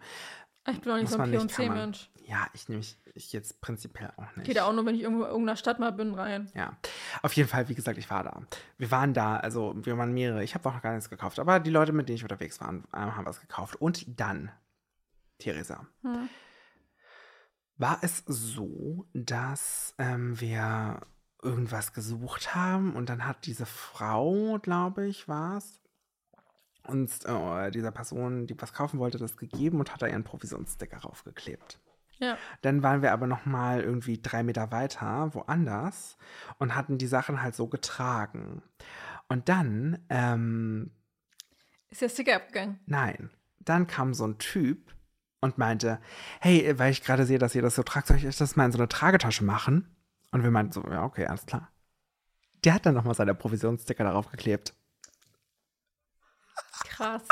Speaker 1: Ich bin auch nicht
Speaker 2: Muss
Speaker 1: so ein
Speaker 2: man nicht, kann man.
Speaker 1: P&C-Mensch.
Speaker 2: Ja, ich nehme ich, ich jetzt prinzipiell auch nicht.
Speaker 1: Geht auch nur, wenn ich irgendwo in irgendeiner Stadt mal bin, rein.
Speaker 2: Ja, auf jeden Fall, wie gesagt, ich war da. Wir waren da, also wir waren mehrere. Ich habe auch noch gar nichts gekauft, aber die Leute, mit denen ich unterwegs war, äh, haben was gekauft. Und dann, Theresa,
Speaker 1: Hm.
Speaker 2: war es so, dass ähm, wir irgendwas gesucht haben und dann hat diese Frau, glaube ich, war es, uns äh, dieser Person, die was kaufen wollte, das gegeben und hat da ihren Provisionssticker raufgeklebt.
Speaker 1: Ja.
Speaker 2: Dann waren wir aber noch mal irgendwie drei Meter weiter, woanders, und hatten die Sachen halt so getragen. Und dann, ähm,
Speaker 1: Ist der Sticker abgegangen.
Speaker 2: nein, dann kam so ein Typ und meinte, hey, äh, weil ich gerade sehe, dass ihr das so tragt, soll ich euch das mal in so eine Tragetasche machen? Und wir meinten so, ja, okay, alles klar. Der hat dann noch mal seine Provisionssticker darauf geklebt.
Speaker 1: Krass.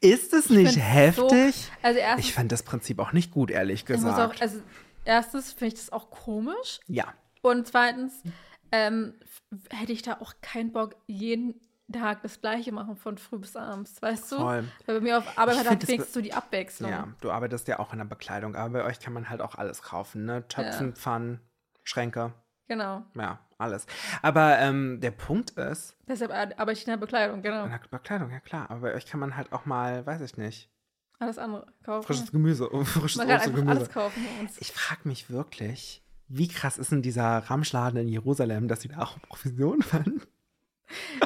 Speaker 2: Ist es nicht
Speaker 1: find's so-
Speaker 2: heftig?
Speaker 1: Also erstens,
Speaker 2: ich fand das Prinzip auch nicht gut, ehrlich
Speaker 1: ich muss
Speaker 2: gesagt.
Speaker 1: auch, also erstens finde ich das auch komisch.
Speaker 2: ja. Hm.
Speaker 1: Und zweitens ähm, f- hätte ich da auch keinen Bock, jeden Tag das Gleiche machen von früh bis abends, weißt du?
Speaker 2: Voll.
Speaker 1: Weil bei mir auf Arbeit
Speaker 2: Ich
Speaker 1: hat
Speaker 2: find
Speaker 1: halt
Speaker 2: das
Speaker 1: wenigstens so die Abwechslung.
Speaker 2: Ja, du arbeitest ja auch in der Bekleidung, aber bei euch kann man halt auch alles kaufen, ne? Töpfen, Pfannen, Schränke,
Speaker 1: Genau.
Speaker 2: ja, alles. Aber ähm, der Punkt ist,
Speaker 1: Deshalb ar- arbeite ich in der Bekleidung, genau.
Speaker 2: in der Bekleidung, ja klar, aber bei euch kann man halt auch mal, weiß ich nicht,
Speaker 1: Alles andere kaufen.
Speaker 2: frisches Gemüse, frisches
Speaker 1: Man kann
Speaker 2: Obst
Speaker 1: einfach
Speaker 2: und Gemüse.
Speaker 1: alles kaufen bei uns.
Speaker 2: Ich frage mich wirklich, wie krass ist denn dieser Ramschladen in Jerusalem, dass sie da auch Provision fanden?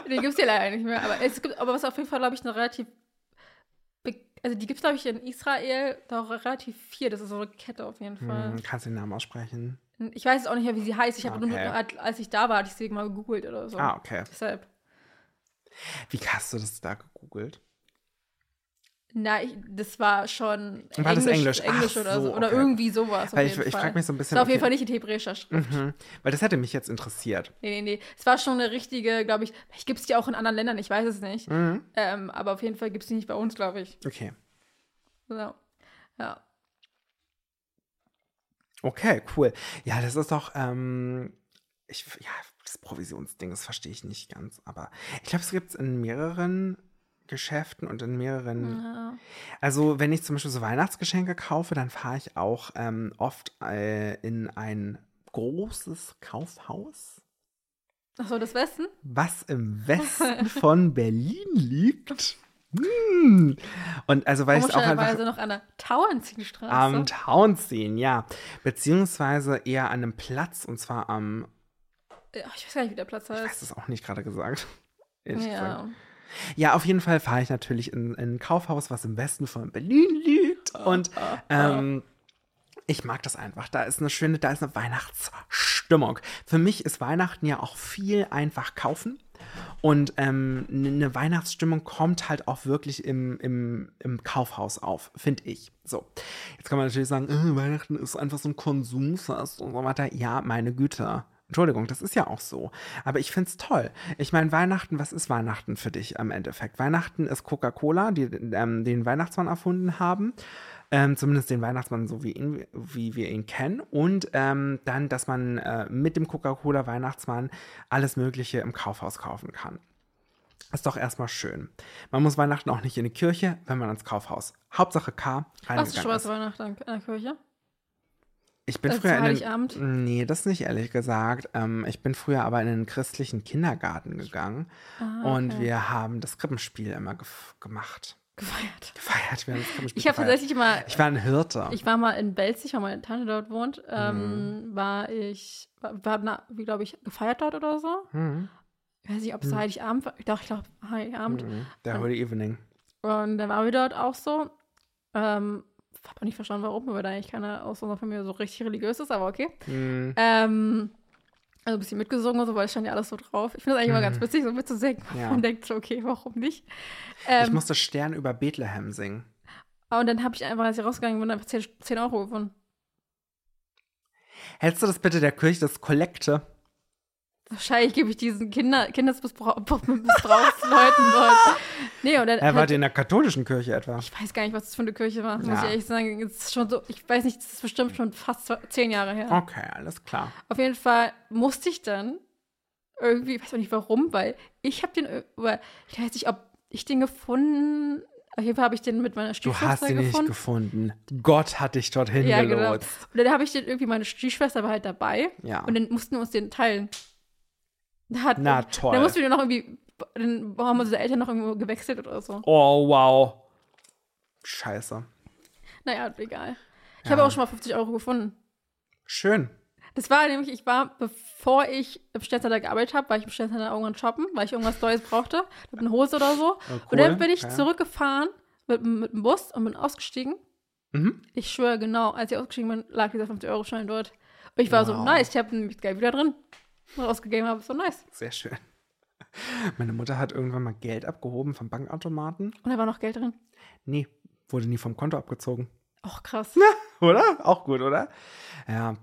Speaker 1: Den gibt es hier leider nicht mehr. Aber es gibt, aber was auf jeden Fall, glaube ich, eine relativ. be- Also die gibt es, glaube ich, in Israel doch relativ viel. Das ist so eine Kette auf jeden Fall.
Speaker 2: Hm, kannst du den Namen aussprechen?
Speaker 1: Ich weiß jetzt auch nicht mehr, wie sie heißt. Ich habe nur,
Speaker 2: Okay.
Speaker 1: als- als ich da war, hatte ich sie mal gegoogelt oder so.
Speaker 2: Ah, okay.
Speaker 1: Deshalb.
Speaker 2: Wie hast du das da gegoogelt?
Speaker 1: Na, ich, das war schon
Speaker 2: War das Englisch?
Speaker 1: Englisch
Speaker 2: Ach
Speaker 1: oder
Speaker 2: so,
Speaker 1: so. Oder
Speaker 2: okay.
Speaker 1: irgendwie sowas.
Speaker 2: Weil
Speaker 1: auf
Speaker 2: ich,
Speaker 1: jeden
Speaker 2: ich
Speaker 1: Fall.
Speaker 2: frage mich so ein bisschen.
Speaker 1: Es war auf jeden
Speaker 2: okay,
Speaker 1: Fall nicht in hebräischer Schrift.
Speaker 2: Mhm. Weil das hätte mich jetzt interessiert.
Speaker 1: Nee, nee, nee. Es war schon eine richtige, glaube ich, vielleicht gibt es die auch in anderen Ländern, ich weiß es nicht.
Speaker 2: Mhm.
Speaker 1: Ähm, aber auf jeden Fall gibt es die nicht bei uns, glaube ich.
Speaker 2: Okay.
Speaker 1: So. Ja.
Speaker 2: Okay, cool. Ja, das ist doch, ähm, ich, ja, das Provisionsding, das verstehe ich nicht ganz, aber ich glaube, es gibt es in mehreren Geschäften und in mehreren.
Speaker 1: ja.
Speaker 2: Also, wenn ich zum Beispiel so Weihnachtsgeschenke kaufe, dann fahre ich auch ähm, oft äh, in ein großes Kaufhaus,
Speaker 1: Achso, das Westen?
Speaker 2: was im Westen von Berlin liegt. Hm. Und also, weil ich es auch einfach
Speaker 1: Komischerweise noch an der Tauernziegenstraße.
Speaker 2: Am Townsien, ja. Beziehungsweise eher an einem Platz und zwar am,
Speaker 1: Äh, ich weiß gar nicht, wie der Platz
Speaker 2: ich
Speaker 1: heißt.
Speaker 2: weiß es auch nicht gerade gesagt. Ehrlich gesagt.
Speaker 1: Ja.
Speaker 2: ja, auf jeden Fall fahre ich natürlich in, in ein Kaufhaus, was im Westen von Berlin liegt. Und
Speaker 1: Ah, ah.
Speaker 2: ähm, ich mag das einfach. Da ist eine schöne, da ist eine Weihnachtsstimmung. Für mich ist Weihnachten ja auch viel einfach kaufen. Und ähm, eine Weihnachtsstimmung kommt halt auch wirklich im, im, im Kaufhaus auf, finde ich. So, jetzt kann man natürlich sagen, äh, Weihnachten ist einfach so ein Konsumfest und so weiter. Ja, meine Güte. Entschuldigung, das ist ja auch so. Aber ich finde es toll. Ich meine, Weihnachten, was ist Weihnachten für dich am Endeffekt? Weihnachten ist Coca-Cola, die ähm, den Weihnachtsmann erfunden haben. Ähm, zumindest den Weihnachtsmann, so wie, ihn, wie wir ihn kennen. Und ähm, dann, dass man äh, mit dem Coca-Cola-Weihnachtsmann alles Mögliche im Kaufhaus kaufen kann. Ist doch erstmal schön. Man muss Weihnachten auch nicht in die Kirche, wenn man ins Kaufhaus. Hauptsache K.
Speaker 1: Warst du schon
Speaker 2: reingegangen
Speaker 1: mal
Speaker 2: ist.
Speaker 1: zu Weihnachten an der äh, Kirche?
Speaker 2: Ich bin
Speaker 1: Also
Speaker 2: früher
Speaker 1: zu
Speaker 2: in
Speaker 1: Heiligabend?
Speaker 2: den, Nee, das nicht, ehrlich gesagt. Ähm, ich bin früher aber in den christlichen Kindergarten gegangen
Speaker 1: Ah,
Speaker 2: und
Speaker 1: okay.
Speaker 2: wir haben das Krippenspiel immer gef gemacht.
Speaker 1: Gefeiert.
Speaker 2: Gefeiert, wir haben das Krippenspiel
Speaker 1: Ich habe
Speaker 2: gefeiert.
Speaker 1: tatsächlich mal,
Speaker 2: Ich war ein Hirte.
Speaker 1: ich war mal in Belzig, weil meine Tante dort wohnt,
Speaker 2: Mhm.
Speaker 1: ähm, war ich, war, war na, wie glaube ich, gefeiert dort oder so.
Speaker 2: Mhm.
Speaker 1: Ich weiß nicht, ob es
Speaker 2: Hm.
Speaker 1: Heiligabend war. Ich dachte, ich glaube, Heiligabend.
Speaker 2: Mhm. Der Holy Evening.
Speaker 1: Und dann waren wir dort auch so. Ähm, hab auch nicht verstanden, warum, weil da eigentlich keiner aus unserer Familie so richtig religiös ist, aber okay.
Speaker 2: Mhm.
Speaker 1: Ähm, also ein bisschen mitgesungen und so, weil es stand ja alles so drauf. Ich finde das eigentlich immer ganz witzig, so mitzusenken.
Speaker 2: Mhm. Ja.
Speaker 1: Man denkt so, okay, warum nicht?
Speaker 2: ich
Speaker 1: Ähm,
Speaker 2: musste Stern über Bethlehem singen.
Speaker 1: und dann habe ich einfach, als ich rausgegangen bin, einfach 10, 10 Euro gewonnen.
Speaker 2: Hättest du das bitte der Kirche, das Kollekte?
Speaker 1: Wahrscheinlich gebe ich diesen Kinder, Kindesmissbrauchsleuten dort. Nee, und dann
Speaker 2: Er war
Speaker 1: halt,
Speaker 2: in der katholischen Kirche etwa.
Speaker 1: ich weiß gar nicht, was das für eine Kirche war, muss
Speaker 2: Ja.
Speaker 1: ich ehrlich sagen. Es ist schon so, ich weiß nicht, das ist bestimmt schon fast zwei- zehn Jahre her.
Speaker 2: Okay, alles klar.
Speaker 1: Auf jeden Fall musste ich dann irgendwie, ich weiß auch nicht warum, weil ich habe den, ir- weil ich weiß nicht, ob ich den gefunden, auf jeden Fall habe ich den mit meiner
Speaker 2: Du hast
Speaker 1: Stiefschwester
Speaker 2: ihn nicht
Speaker 1: gefunden.
Speaker 2: gefunden. Gott hat dich dorthin
Speaker 1: Ja, genau.
Speaker 2: gelotst.
Speaker 1: Und dann habe ich den irgendwie, meine Stiefschwester war halt dabei
Speaker 2: Ja.
Speaker 1: und dann mussten wir uns den teilen. Da hat,
Speaker 2: Na toll.
Speaker 1: Dann mussten wir den noch irgendwie, dann haben unsere Eltern noch irgendwo gewechselt oder so.
Speaker 2: Oh, wow. Scheiße.
Speaker 1: Naja, egal. Ich habe
Speaker 2: Ja.
Speaker 1: auch schon mal 50 Euro gefunden.
Speaker 2: Schön.
Speaker 1: Das war nämlich, ich war, bevor ich im Stadtcenter gearbeitet habe, war ich im Stadtcenter irgendwann shoppen, weil ich irgendwas Neues brauchte, mit einer Hose oder so.
Speaker 2: Oh,
Speaker 1: Und dann bin ich
Speaker 2: ja.
Speaker 1: zurückgefahren mit, mit dem Bus und bin ausgestiegen.
Speaker 2: Mhm.
Speaker 1: Ich schwöre, genau, als ich ausgestiegen bin, lag dieser 50-Euro-Schein dort. Und ich war so,
Speaker 2: Wow.
Speaker 1: nice, ich habe mich Geld wieder drin. Und ausgegeben habe, so nice.
Speaker 2: Sehr schön. Meine Mutter hat irgendwann mal Geld abgehoben vom Bankautomaten.
Speaker 1: Und da war noch Geld drin.
Speaker 2: Nee, wurde nie vom Konto abgezogen.
Speaker 1: Auch krass.
Speaker 2: Oder? Auch gut, oder? Hm, Ja.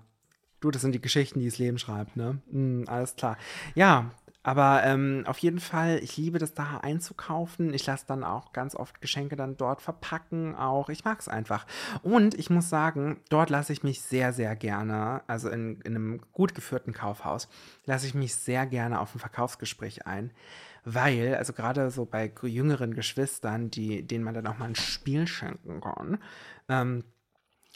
Speaker 2: Du, das sind die Geschichten, die das Leben schreibt, ne? Mm, alles klar. Ja, Aber ähm, auf jeden Fall, ich liebe das da einzukaufen. Ich lasse dann auch ganz oft Geschenke dann dort verpacken. Auch ich mag es einfach. Und ich muss sagen, dort lasse ich mich sehr, sehr gerne, also in, in einem gut geführten Kaufhaus, lasse ich mich sehr gerne auf ein Verkaufsgespräch ein. Weil, also gerade so bei jüngeren Geschwistern, die, denen man dann auch mal ein Spiel schenken kann, ähm,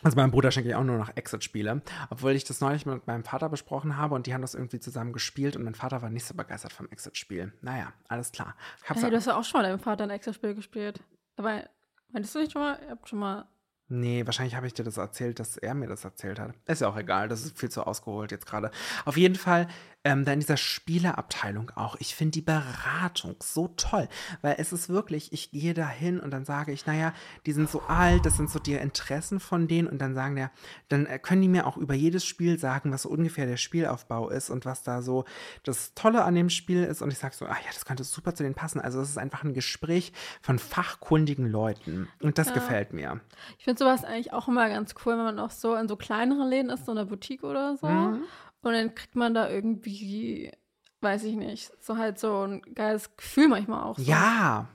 Speaker 2: also meinem Bruder schenke ich auch nur noch Exit-Spiele, obwohl ich das neulich mit meinem Vater besprochen habe und die haben das irgendwie zusammen gespielt und mein Vater war nicht so begeistert vom Exit-Spiel. Naja, alles klar. Hab's halt
Speaker 1: Hey, du hast ja auch schon mal deinem Vater ein Exit-Spiel gespielt. Dabei, meinst du nicht schon mal? Ihr habt schon mal.
Speaker 2: nee, wahrscheinlich habe ich dir das erzählt, dass er mir das erzählt hat. Ist ja auch egal, das ist viel zu ausgeholt jetzt gerade. Auf jeden Fall, ähm, da in dieser Spieleabteilung auch, ich finde die Beratung so toll, weil es ist wirklich, ich gehe da hin und dann sage ich, naja, die sind so alt, das sind so die Interessen von denen und dann sagen der, dann äh, können die mir auch über jedes Spiel sagen, was so ungefähr der Spielaufbau ist und was da so das Tolle an dem Spiel ist und ich sage so, ah ja, das könnte super zu denen passen. Also es ist einfach ein Gespräch von fachkundigen Leuten und das gefällt mir.
Speaker 1: Ich finde sowas eigentlich auch immer ganz cool, wenn man auch so in so kleineren Läden ist, so in einer Boutique oder so.
Speaker 2: Mhm.
Speaker 1: Und dann kriegt man da irgendwie, weiß ich nicht, so halt so ein geiles Gefühl manchmal auch. So.
Speaker 2: Ja,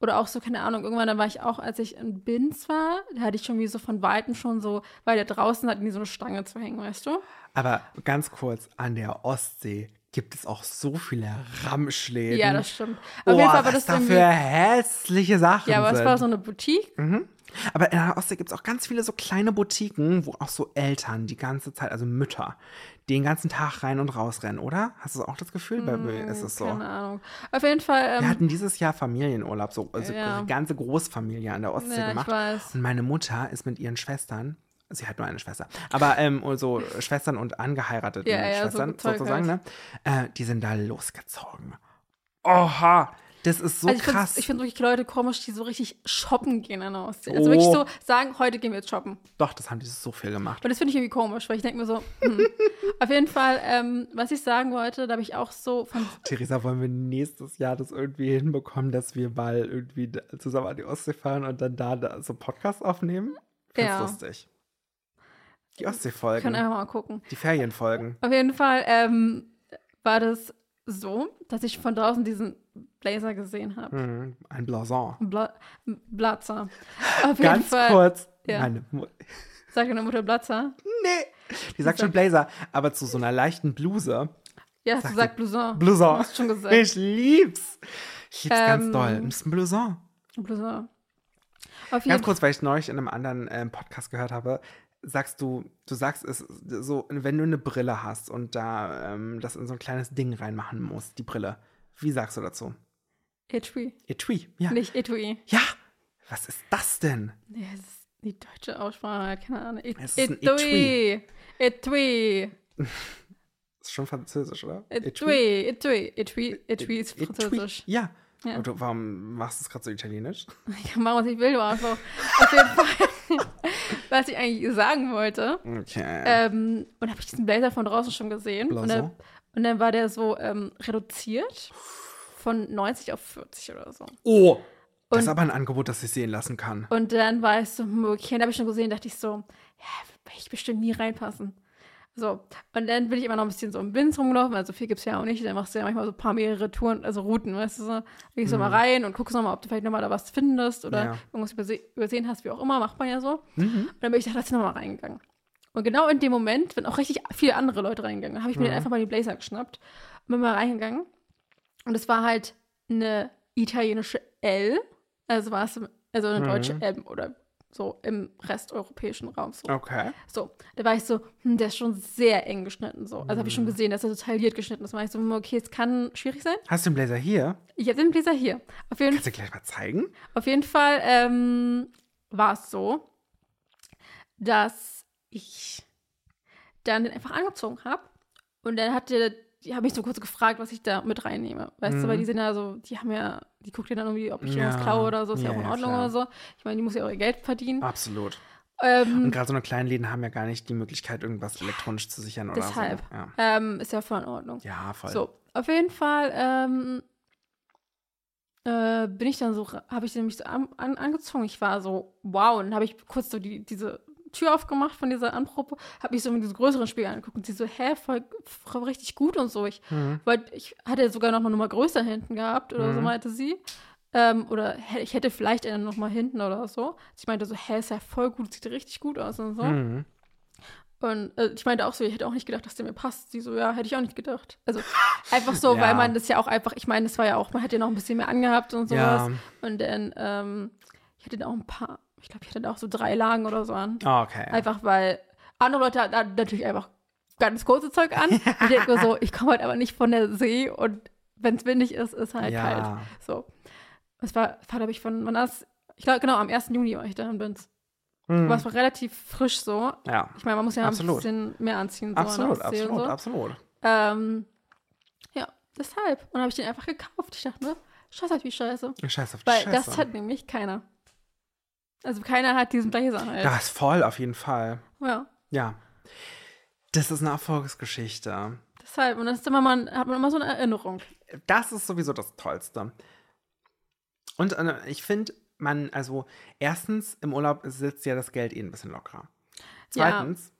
Speaker 1: Oder auch so, keine Ahnung, irgendwann, da war ich auch, als ich in Binz war, da hatte ich schon wie so von Weitem schon so, weil der draußen hatten die so eine Stange zu hängen, weißt du?
Speaker 2: aber ganz kurz, an der Ostsee gibt es auch so viele Ramschläden.
Speaker 1: Ja, das stimmt.
Speaker 2: Auf
Speaker 1: Auf
Speaker 2: oh,
Speaker 1: jeden Fall war
Speaker 2: was
Speaker 1: das
Speaker 2: da
Speaker 1: irgendwie.
Speaker 2: für hässliche Sachen
Speaker 1: Ja, aber
Speaker 2: sind.
Speaker 1: es war so eine Boutique.
Speaker 2: Mhm. Aber in der Ostsee gibt es auch ganz viele so kleine Boutiquen, wo auch so Eltern die ganze Zeit, also Mütter, den ganzen Tag rein und rausrennen, oder? Hast du auch das Gefühl? Bei mir ist es so.
Speaker 1: Hm, Keine Ahnung. Auf jeden Fall.
Speaker 2: Wir
Speaker 1: Ähm,
Speaker 2: hatten dieses Jahr Familienurlaub, so also
Speaker 1: Ja.
Speaker 2: die ganze Großfamilie an der Ostsee
Speaker 1: Ja, ich
Speaker 2: gemacht.
Speaker 1: weiß.
Speaker 2: Und meine Mutter ist mit ihren Schwestern, sie hat nur eine Schwester, aber ähm, so Schwestern und angeheirateten
Speaker 1: Ja, ja, so
Speaker 2: Schwestern
Speaker 1: Zeug
Speaker 2: sozusagen, ne? äh, die sind da losgezogen. Oha, das ist so
Speaker 1: also ich finde
Speaker 2: krass.
Speaker 1: ich find wirklich Leute komisch, die so richtig shoppen gehen an der Ostsee. Also wirklich
Speaker 2: Oh.
Speaker 1: so sagen, heute gehen wir jetzt shoppen.
Speaker 2: Doch, das haben die so viel gemacht.
Speaker 1: Und das finde ich irgendwie komisch, weil ich denke mir so, hm. auf jeden Fall, ähm, was ich sagen wollte, da habe ich auch so von.
Speaker 2: Theresa, wollen wir nächstes Jahr das irgendwie hinbekommen, dass wir mal irgendwie da- zusammen an die Ostsee fahren und dann da, da so Podcast aufnehmen? Ganz
Speaker 1: Ja.
Speaker 2: lustig.
Speaker 1: Wir
Speaker 2: Die
Speaker 1: können
Speaker 2: Ostsee-Folgen,
Speaker 1: einfach mal gucken.
Speaker 2: die Ferienfolgen.
Speaker 1: Auf jeden Fall ähm, war das so, dass ich von draußen diesen Blazer gesehen habe.
Speaker 2: Mhm, ein Blason.
Speaker 1: Bla Blatzer. Auf jeden
Speaker 2: Ganz
Speaker 1: Fall.
Speaker 2: kurz.
Speaker 1: Ja.
Speaker 2: Meine Mu
Speaker 1: Sagt deine Mutter Blatzer?
Speaker 2: nee. Die sagt schon Blazer, aber zu so einer leichten Bluse.
Speaker 1: Ja, hast du
Speaker 2: Sagt
Speaker 1: gesagt
Speaker 2: die-
Speaker 1: Blouson.
Speaker 2: Blouson.
Speaker 1: Hast du Oh, schon gesagt.
Speaker 2: Ich lieb's. Ich lieb's
Speaker 1: Ähm.
Speaker 2: ganz doll. Das ist ein Blouson.
Speaker 1: Blouson. Auf jeden
Speaker 2: Ganz kurz, weil ich neulich in einem anderen ähm, Podcast gehört habe, sagst du, du sagst es so, wenn du eine Brille hast und da ähm, das in so ein kleines Ding reinmachen musst, die Brille. Wie sagst du dazu?
Speaker 1: Etui.
Speaker 2: Etui, ja.
Speaker 1: Nicht E. Etui.
Speaker 2: Ja, was ist das denn?
Speaker 1: Nee, es ist die deutsche Aussprache, halt, keine Ahnung. Et
Speaker 2: Es ist ein
Speaker 1: Etui. Etui.
Speaker 2: Ist schon französisch, oder?
Speaker 1: Etui. Etui. Etui. Etui ist
Speaker 2: Etui.
Speaker 1: französisch.
Speaker 2: Ja.
Speaker 1: Ja.
Speaker 2: Und du, warum machst du es gerade so italienisch?
Speaker 1: Ich kann machen, was ich will, du einfach. Auf jeden Fall, was ich eigentlich sagen wollte.
Speaker 2: Okay.
Speaker 1: Ähm, und habe ich diesen Blazer von draußen schon gesehen. Und dann,
Speaker 2: Blason.
Speaker 1: und dann war der so ähm, reduziert von 90 auf 40 oder so.
Speaker 2: Oh, das ist
Speaker 1: Und-
Speaker 2: aber ein Angebot, das ich sehen lassen kann.
Speaker 1: Und dann war ich so, hm, okay, und habe ich schon gesehen, dachte ich so, ja, will ich bestimmt nie reinpassen. So, und dann bin ich immer noch ein bisschen so im Wind rumgelaufen, weil so viel gibt's ja auch nicht. Dann machst du ja manchmal so ein paar mehrere Touren, also Routen, weißt du so. Dann Gehst du mal rein und guckst nochmal, ob du vielleicht nochmal da was findest oder
Speaker 2: Ja.
Speaker 1: irgendwas überse übersehen hast, wie auch immer, macht man ja so. Und dann bin ich da tatsächlich nochmal reingegangen. Und genau in dem Moment sind auch richtig viele andere Leute reingegangen. Dann habe ich mir dann einfach mal den Blazer geschnappt und bin mal reingegangen. Und es war halt eine italienische L, also war es im- also eine deutsche M oder so im resteuropäischen Raum so.
Speaker 2: Okay.
Speaker 1: So, da war ich so, hm, der ist schon sehr eng geschnitten so. Also habe ich schon gesehen, dass er so tailliert geschnitten ist. Da war ich so, hm, okay, es kann schwierig sein.
Speaker 2: Hast du den Blazer hier?
Speaker 1: Ich habe den Blazer hier. Auf jeden
Speaker 2: Kannst du gleich mal zeigen?
Speaker 1: auf jeden Fall ähm, war es so, dass ich dann den einfach angezogen habe. Und dann hatte, die haben mich so kurz gefragt, was ich da mit reinnehme. Weißt du, weil die sind ja so, die haben ja, die guckt ja dann irgendwie, ob ich irgendwas
Speaker 2: Mhm. Ja.
Speaker 1: klaue oder so, ist ja,
Speaker 2: Ja,
Speaker 1: auch in
Speaker 2: ja,
Speaker 1: Ordnung
Speaker 2: klar. Ah.
Speaker 1: oder so. Ich meine, die muss ja auch ihr Geld verdienen.
Speaker 2: Absolut. Und
Speaker 1: ähm,
Speaker 2: gerade so eine kleinen Läden haben ja gar nicht die Möglichkeit, irgendwas elektronisch zu sichern oder
Speaker 1: deshalb.
Speaker 2: so. ne? Ja,
Speaker 1: Ähm, ist ja voll in Ordnung.
Speaker 2: ja voll.
Speaker 1: So, auf jeden Fall ähm, äh, bin ich dann so, habe ich nämlich so an, an, angezogen. Ich war so, wow, und dann habe ich kurz so die, diese Tür aufgemacht von dieser Anprobe, habe mich so mit diesem größeren Spiegel angeguckt und sie so, hä, voll, voll richtig gut und so. Ich,
Speaker 2: Mhm.
Speaker 1: wollt, ich hatte sogar noch eine Nummer größer hinten gehabt oder so,
Speaker 2: Mhm.
Speaker 1: meinte sie. Ähm, oder hä- ich hätte vielleicht eine nochmal hinten oder so. Ich meinte so, hä, ist ja voll gut, sieht richtig gut aus und so.
Speaker 2: Mhm.
Speaker 1: Und äh, ich meinte auch so, ich hätte auch nicht gedacht, dass der mir passt. Sie so, ja, hätte ich auch nicht gedacht. Also einfach so,
Speaker 2: Ja.
Speaker 1: weil man das ja auch einfach, ich meine, das war ja auch, man hat ja noch ein bisschen mehr angehabt und sowas.
Speaker 2: Ja.
Speaker 1: Und dann, ähm, ich hatte dann auch ein paar, ich glaube, ich hatte dann auch so drei Lagen oder so an.
Speaker 2: Ah, Okay.
Speaker 1: Einfach weil andere Leute hatten dann natürlich einfach ganz kurze Zeug an. Und ich denke mir so, ich komme halt aber nicht von der See und wenn es windig ist, ist halt
Speaker 2: ja.
Speaker 1: kalt. So. Es war, war glaube ich, von, wann das, ich glaube, genau, am 1. Juni war ich da in Binz.
Speaker 2: Mhm.
Speaker 1: Aber es war relativ frisch so.
Speaker 2: ja.
Speaker 1: Ich meine, man muss ja
Speaker 2: Absolut.
Speaker 1: ein bisschen mehr anziehen. So an der
Speaker 2: Absolut,
Speaker 1: Ostsee
Speaker 2: absolut,
Speaker 1: und so.
Speaker 2: absolut.
Speaker 1: Ähm, ja, deshalb. Und dann habe ich den einfach gekauft. Ich dachte mir, scheiß halt wie scheiße.
Speaker 2: Scheiß auf die
Speaker 1: Weil
Speaker 2: Scheiße.
Speaker 1: das hat nämlich keiner. Also keiner hat diesen Blazer halt.
Speaker 2: das voll, auf jeden Fall.
Speaker 1: Ja.
Speaker 2: Ja. Das ist eine Erfolgsgeschichte.
Speaker 1: Deshalb. Und dann ist immer man, hat man immer so eine Erinnerung.
Speaker 2: Das ist sowieso das Tollste. Und äh, ich finde, man, also erstens, im Urlaub sitzt ja das Geld eh ein bisschen lockerer. Zweitens,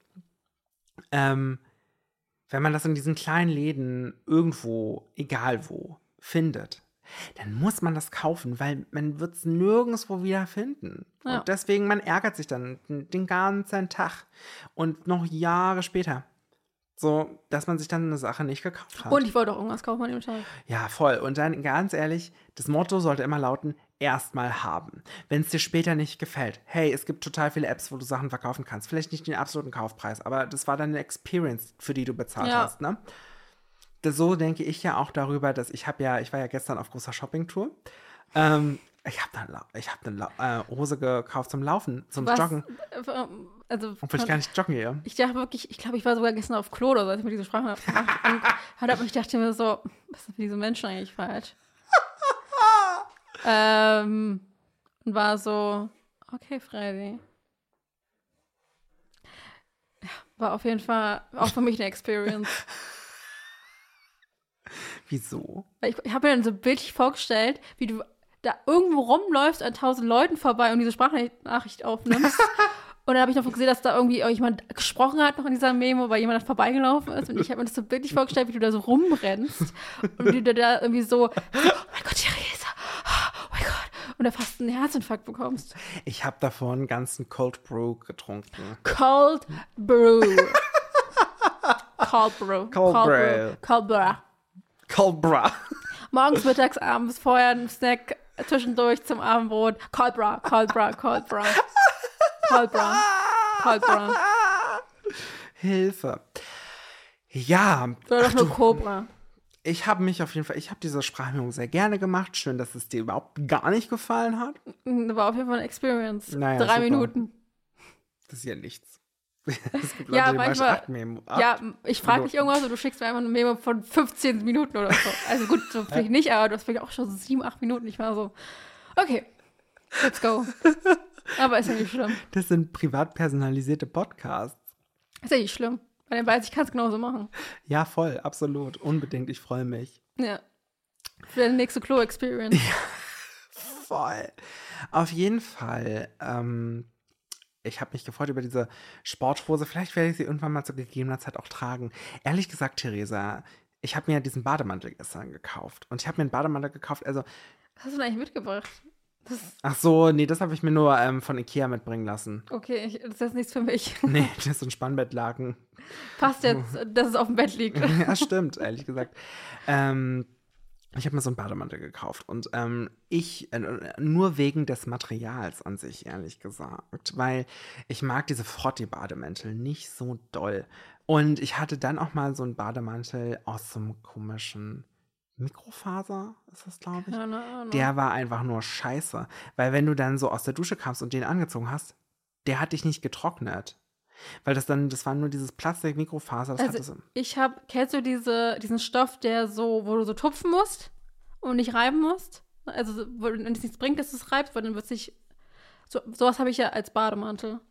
Speaker 2: ähm, wenn man das in diesen kleinen Läden irgendwo, egal wo, findet, dann muss man das kaufen, weil man wird es nirgendwo wieder finden.
Speaker 1: Ja.
Speaker 2: Und deswegen, man ärgert sich dann den den ganzen Tag und noch Jahre später. So, dass man sich dann eine Sache nicht gekauft
Speaker 1: Ja.
Speaker 2: hat.
Speaker 1: Und ich wollte auch irgendwas kaufen an dem Tag.
Speaker 2: Ja, voll. Und dann ganz ehrlich, das Motto sollte immer lauten, erstmal haben. Wenn es dir später nicht gefällt, hey, es gibt total viele Apps, wo du Sachen verkaufen kannst. Vielleicht nicht den absoluten Kaufpreis, aber das war deine Experience, für die du bezahlt
Speaker 1: Ja.
Speaker 2: hast, ne? Das, so denke ich ja auch darüber, dass ich habe ja, ich war ja gestern auf großer Shoppingtour. Ähm, ich habe eine, ich hab ne Lau- äh, Hose gekauft zum Laufen, zum
Speaker 1: Was-
Speaker 2: Joggen.
Speaker 1: äh, Also,
Speaker 2: Obwohl ich gar nicht joggen gehe.
Speaker 1: ich dachte wirklich, ich glaube, ich war sogar gestern auf Klo oder so, als ich mir diese Sprache gemacht und hat aber ich dachte mir so, was sind diese Menschen eigentlich falsch? ähm, und war so, okay, Freddy. Ja, War auf jeden Fall auch für mich eine Experience.
Speaker 2: Wieso?
Speaker 1: Weil ich, ich habe mir dann so bildlich vorgestellt, wie du da irgendwo rumläufst an tausend Leuten vorbei und diese Sprachnachricht aufnimmst. und dann habe ich noch gesehen, dass da irgendwie jemand gesprochen hat noch in dieser Memo, weil jemand da vorbeigelaufen ist. Und ich habe mir das so bildlich vorgestellt, wie du da so rumrennst und wie du da irgendwie so, oh mein Gott, Theresa, oh mein Gott. Und da fast einen Herzinfarkt bekommst.
Speaker 2: Ich habe davon einen ganzen Cold Brew getrunken.
Speaker 1: Cold Brew. Cold Brew.
Speaker 2: Cold Brew.
Speaker 1: Cold Brew.
Speaker 2: Cold Bra.
Speaker 1: Morgens, mittags, abends, vorher ein Snack, zwischendurch zum Abendbrot. Cold Bra, Cold Bra, Cold Bra. Cold Bra, Cold Bra.
Speaker 2: Hilfe. Ja,
Speaker 1: Oder doch nur Cobra.
Speaker 2: ich habe mich auf jeden Fall, ich habe diese Sprachmemo sehr gerne gemacht. Schön, dass es dir überhaupt gar nicht gefallen hat.
Speaker 1: Mhm, War auf jeden Fall eine Experience.
Speaker 2: Naja,
Speaker 1: Drei
Speaker 2: super.
Speaker 1: Minuten.
Speaker 2: Das ist ja nichts. Es gibt
Speaker 1: Ja,
Speaker 2: Leute, die manchmal
Speaker 1: manchmal-
Speaker 2: acht Memo. Acht.
Speaker 1: Ja, ich frage dich
Speaker 2: Minuten.
Speaker 1: irgendwas und du schickst mir einfach eine Memo von 15 Minuten oder so. Also gut, so vielleicht nicht, aber du hast vielleicht auch schon so sieben, acht Minuten. Ich war so, okay, let's go. Aber ist ja nicht schlimm.
Speaker 2: Das sind privat personalisierte Podcasts.
Speaker 1: Ist ja nicht schlimm. Bei den weiß ich, kann es genauso machen.
Speaker 2: Ja, voll, absolut. Unbedingt, ich freue mich.
Speaker 1: Ja. Für deine nächste Klo-Experience.
Speaker 2: Voll. Auf jeden Fall, ähm, ich habe mich gefreut über diese Sporthose. Vielleicht werde ich sie irgendwann mal zu gegebener Zeit auch tragen. Ehrlich gesagt, Theresa, ich habe mir ja diesen Bademantel gestern gekauft. Und ich habe mir einen Bademantel gekauft, also
Speaker 1: Was hast du denn eigentlich mitgebracht? Das ist
Speaker 2: Ach so, nee, das habe ich mir nur ähm, von Ikea mitbringen lassen.
Speaker 1: Okay, ich, das ist jetzt nichts für mich.
Speaker 2: Nee, das ist ein Spannbettlaken.
Speaker 1: Passt jetzt, dass es auf dem Bett liegt.
Speaker 2: ja, stimmt, ehrlich gesagt. Ähm, ich habe mir so einen Bademantel gekauft und ähm, ich, äh, nur wegen des Materials an sich, ehrlich gesagt, weil ich mag diese Frotti-Bademäntel nicht so doll. Und ich hatte dann auch mal so einen Bademantel aus so einem komischen Mikrofaser, ist das, glaube ich.
Speaker 1: Keine Ahnung.
Speaker 2: Der war einfach nur scheiße. Weil wenn du dann so aus der Dusche kamst und den angezogen hast, der hat dich nicht getrocknet. Weil das dann, das war nur dieses Plastik-Mikrofaser, das
Speaker 1: Also-
Speaker 2: hatte so.
Speaker 1: ich habe, kennst du diese, diesen Stoff, der so, wo du so tupfen musst und nicht reiben musst? Also, so, wo- wenn es nichts bringt, dass du es reibst, weil dann wird es nicht. So, sowas habe ich ja als Bademantel.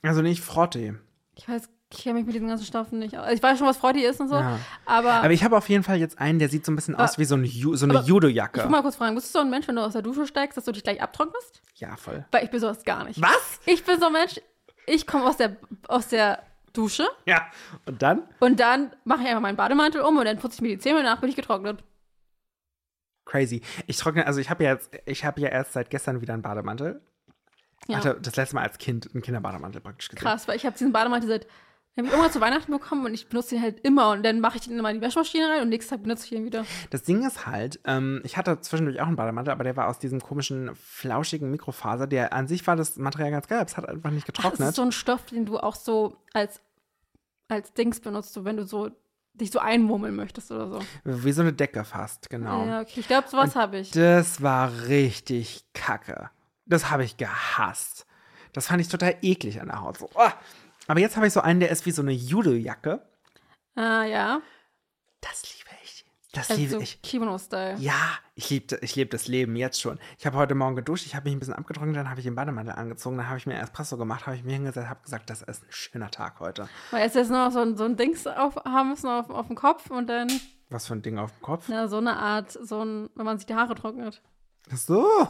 Speaker 2: Also nicht Frotte.
Speaker 1: Ich weiß, ich kenne mich mit diesen ganzen Stoffen nicht aus. Also, ich weiß schon, was Freude ist und so,
Speaker 2: Ja.
Speaker 1: aber,
Speaker 2: Aber ich habe auf jeden Fall jetzt einen, der sieht so ein bisschen
Speaker 1: Aber-
Speaker 2: aus wie so, ein Ju so eine
Speaker 1: aber- ich
Speaker 2: Judo-Jacke.
Speaker 1: will mal kurz fragen: Bist du so ein Mensch, wenn du aus der Dusche steigst, dass du dich gleich abtrocknest?
Speaker 2: Ja, voll.
Speaker 1: Weil ich bin sowas gar nicht.
Speaker 2: Was?
Speaker 1: Ich bin so ein Mensch, ich komme aus der, aus der Dusche
Speaker 2: Ja. Und dann?
Speaker 1: und dann mache ich einfach meinen Bademantel um und dann putze ich mir die Zähne und danach bin ich getrocknet.
Speaker 2: Crazy. Ich trockne, also ich habe ja jetzt, ich habe ja erst seit gestern wieder einen Bademantel.
Speaker 1: Ja,
Speaker 2: Hatte das letzte Mal als Kind einen Kinderbademantel praktisch gesehen.
Speaker 1: krass, weil ich habe diesen Bademantel seit, den habe ich irgendwann zu Weihnachten bekommen und ich benutze den halt immer und dann mache ich den immer in die Waschmaschine rein und nächsten Tag benutze ich ihn wieder.
Speaker 2: Das Ding ist halt, ähm, ich hatte zwischendurch auch einen Bademantel, aber der war aus diesem komischen, flauschigen Mikrofaser, der an sich war das Material ganz geil, aber es hat einfach nicht
Speaker 1: Ach, das ist
Speaker 2: getrocknet.
Speaker 1: so ein Stoff, den du auch so als, als Dings benutzt, so wenn du so dich so einmummeln möchtest oder so.
Speaker 2: Wie so eine Decke fast, genau.
Speaker 1: Ja, okay, ich glaube, sowas habe ich.
Speaker 2: Das war richtig kacke. Das habe ich gehasst. Das fand ich total eklig an der Haut. So, oh. Aber jetzt habe ich so einen, der ist wie so eine Judojacke.
Speaker 1: Ah, ja.
Speaker 2: Das liebe ich. Das liebe
Speaker 1: Also
Speaker 2: ich.
Speaker 1: Kimono-Style.
Speaker 2: Ja, ich liebe ich lieb das Leben jetzt schon. Ich habe heute Morgen geduscht, ich habe mich ein bisschen abgetrocknet, dann habe ich den Bademantel angezogen, dann habe ich mir einen Espresso gemacht, habe ich mir hingesetzt, habe gesagt, das ist ein schöner Tag heute.
Speaker 1: Weil jetzt jetzt noch so ein, so ein Dings auf, haben müssen auf, auf dem Kopf und dann
Speaker 2: Was für ein Ding auf dem Kopf.
Speaker 1: na, so eine Art, so ein, wenn man sich die Haare trocknet.
Speaker 2: So,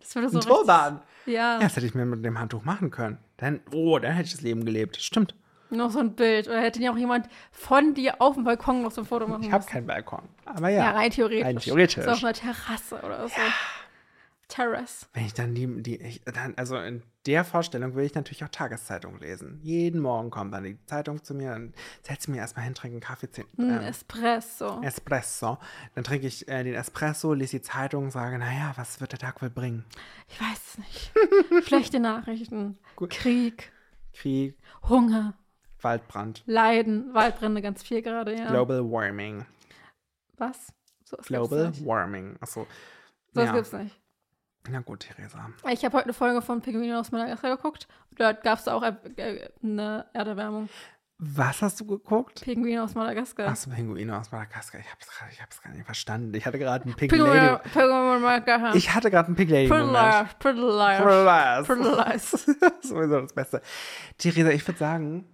Speaker 1: Das würde so
Speaker 2: ein
Speaker 1: richtig-
Speaker 2: Turban.
Speaker 1: Ja,
Speaker 2: Ja, das hätte ich mir mit dem Handtuch machen können. Dann, oh, dann hätte ich das Leben gelebt. Stimmt.
Speaker 1: noch so ein Bild. Oder hätte ja auch jemand von dir auf dem Balkon noch so ein Foto machen
Speaker 2: Ich habe
Speaker 1: müssen.
Speaker 2: keinen Balkon. Aber
Speaker 1: Oh, ja.
Speaker 2: ja,
Speaker 1: rein theoretisch.
Speaker 2: Rein theoretisch.
Speaker 1: So auf einer Terrasse oder so. Terrace.
Speaker 2: wenn ich dann die, die ich, dann, also in der Vorstellung will ich natürlich auch Tageszeitung lesen. Jeden Morgen kommt dann die Zeitung zu mir und setzt mir erstmal hin, trinken Kaffee, zehn,
Speaker 1: Ein
Speaker 2: ähm,
Speaker 1: Hm, Espresso.
Speaker 2: Espresso. Dann trinke ich äh, den Espresso, lese die Zeitung, sage, naja, was wird der Tag wohl bringen?
Speaker 1: Ich weiß es nicht. Schlechte Nachrichten.
Speaker 2: Gut.
Speaker 1: Krieg,
Speaker 2: Krieg,
Speaker 1: Hunger,
Speaker 2: Waldbrand,
Speaker 1: Leiden, Waldbrände ganz viel gerade, ja.
Speaker 2: Global Warming.
Speaker 1: Was? So was
Speaker 2: Global
Speaker 1: gibt's nicht.
Speaker 2: Warming. Achso.
Speaker 1: So was
Speaker 2: ja.
Speaker 1: gibt's nicht.
Speaker 2: Na gut, Theresa.
Speaker 1: Ich habe heute eine Folge von Pinguine aus Madagaskar geguckt. Dort gab es auch äh, äh, eine Erderwärmung.
Speaker 2: Was hast du geguckt?
Speaker 1: Pinguine aus Madagaskar.
Speaker 2: Achso, Pinguine aus Madagaskar. Ich hab's gerade, ich hab's gar nicht verstanden. Ich hatte gerade einen Pink
Speaker 1: Pinguine
Speaker 2: Lady.
Speaker 1: Pinguine aus Madagaskar.
Speaker 2: Ich hatte gerade einen Pink Lady.
Speaker 1: Pretty
Speaker 2: Moment.
Speaker 1: liars, pretty liars, pretty
Speaker 2: Relax.
Speaker 1: liars.
Speaker 2: Sowieso das Beste. Theresa, ich würde sagen,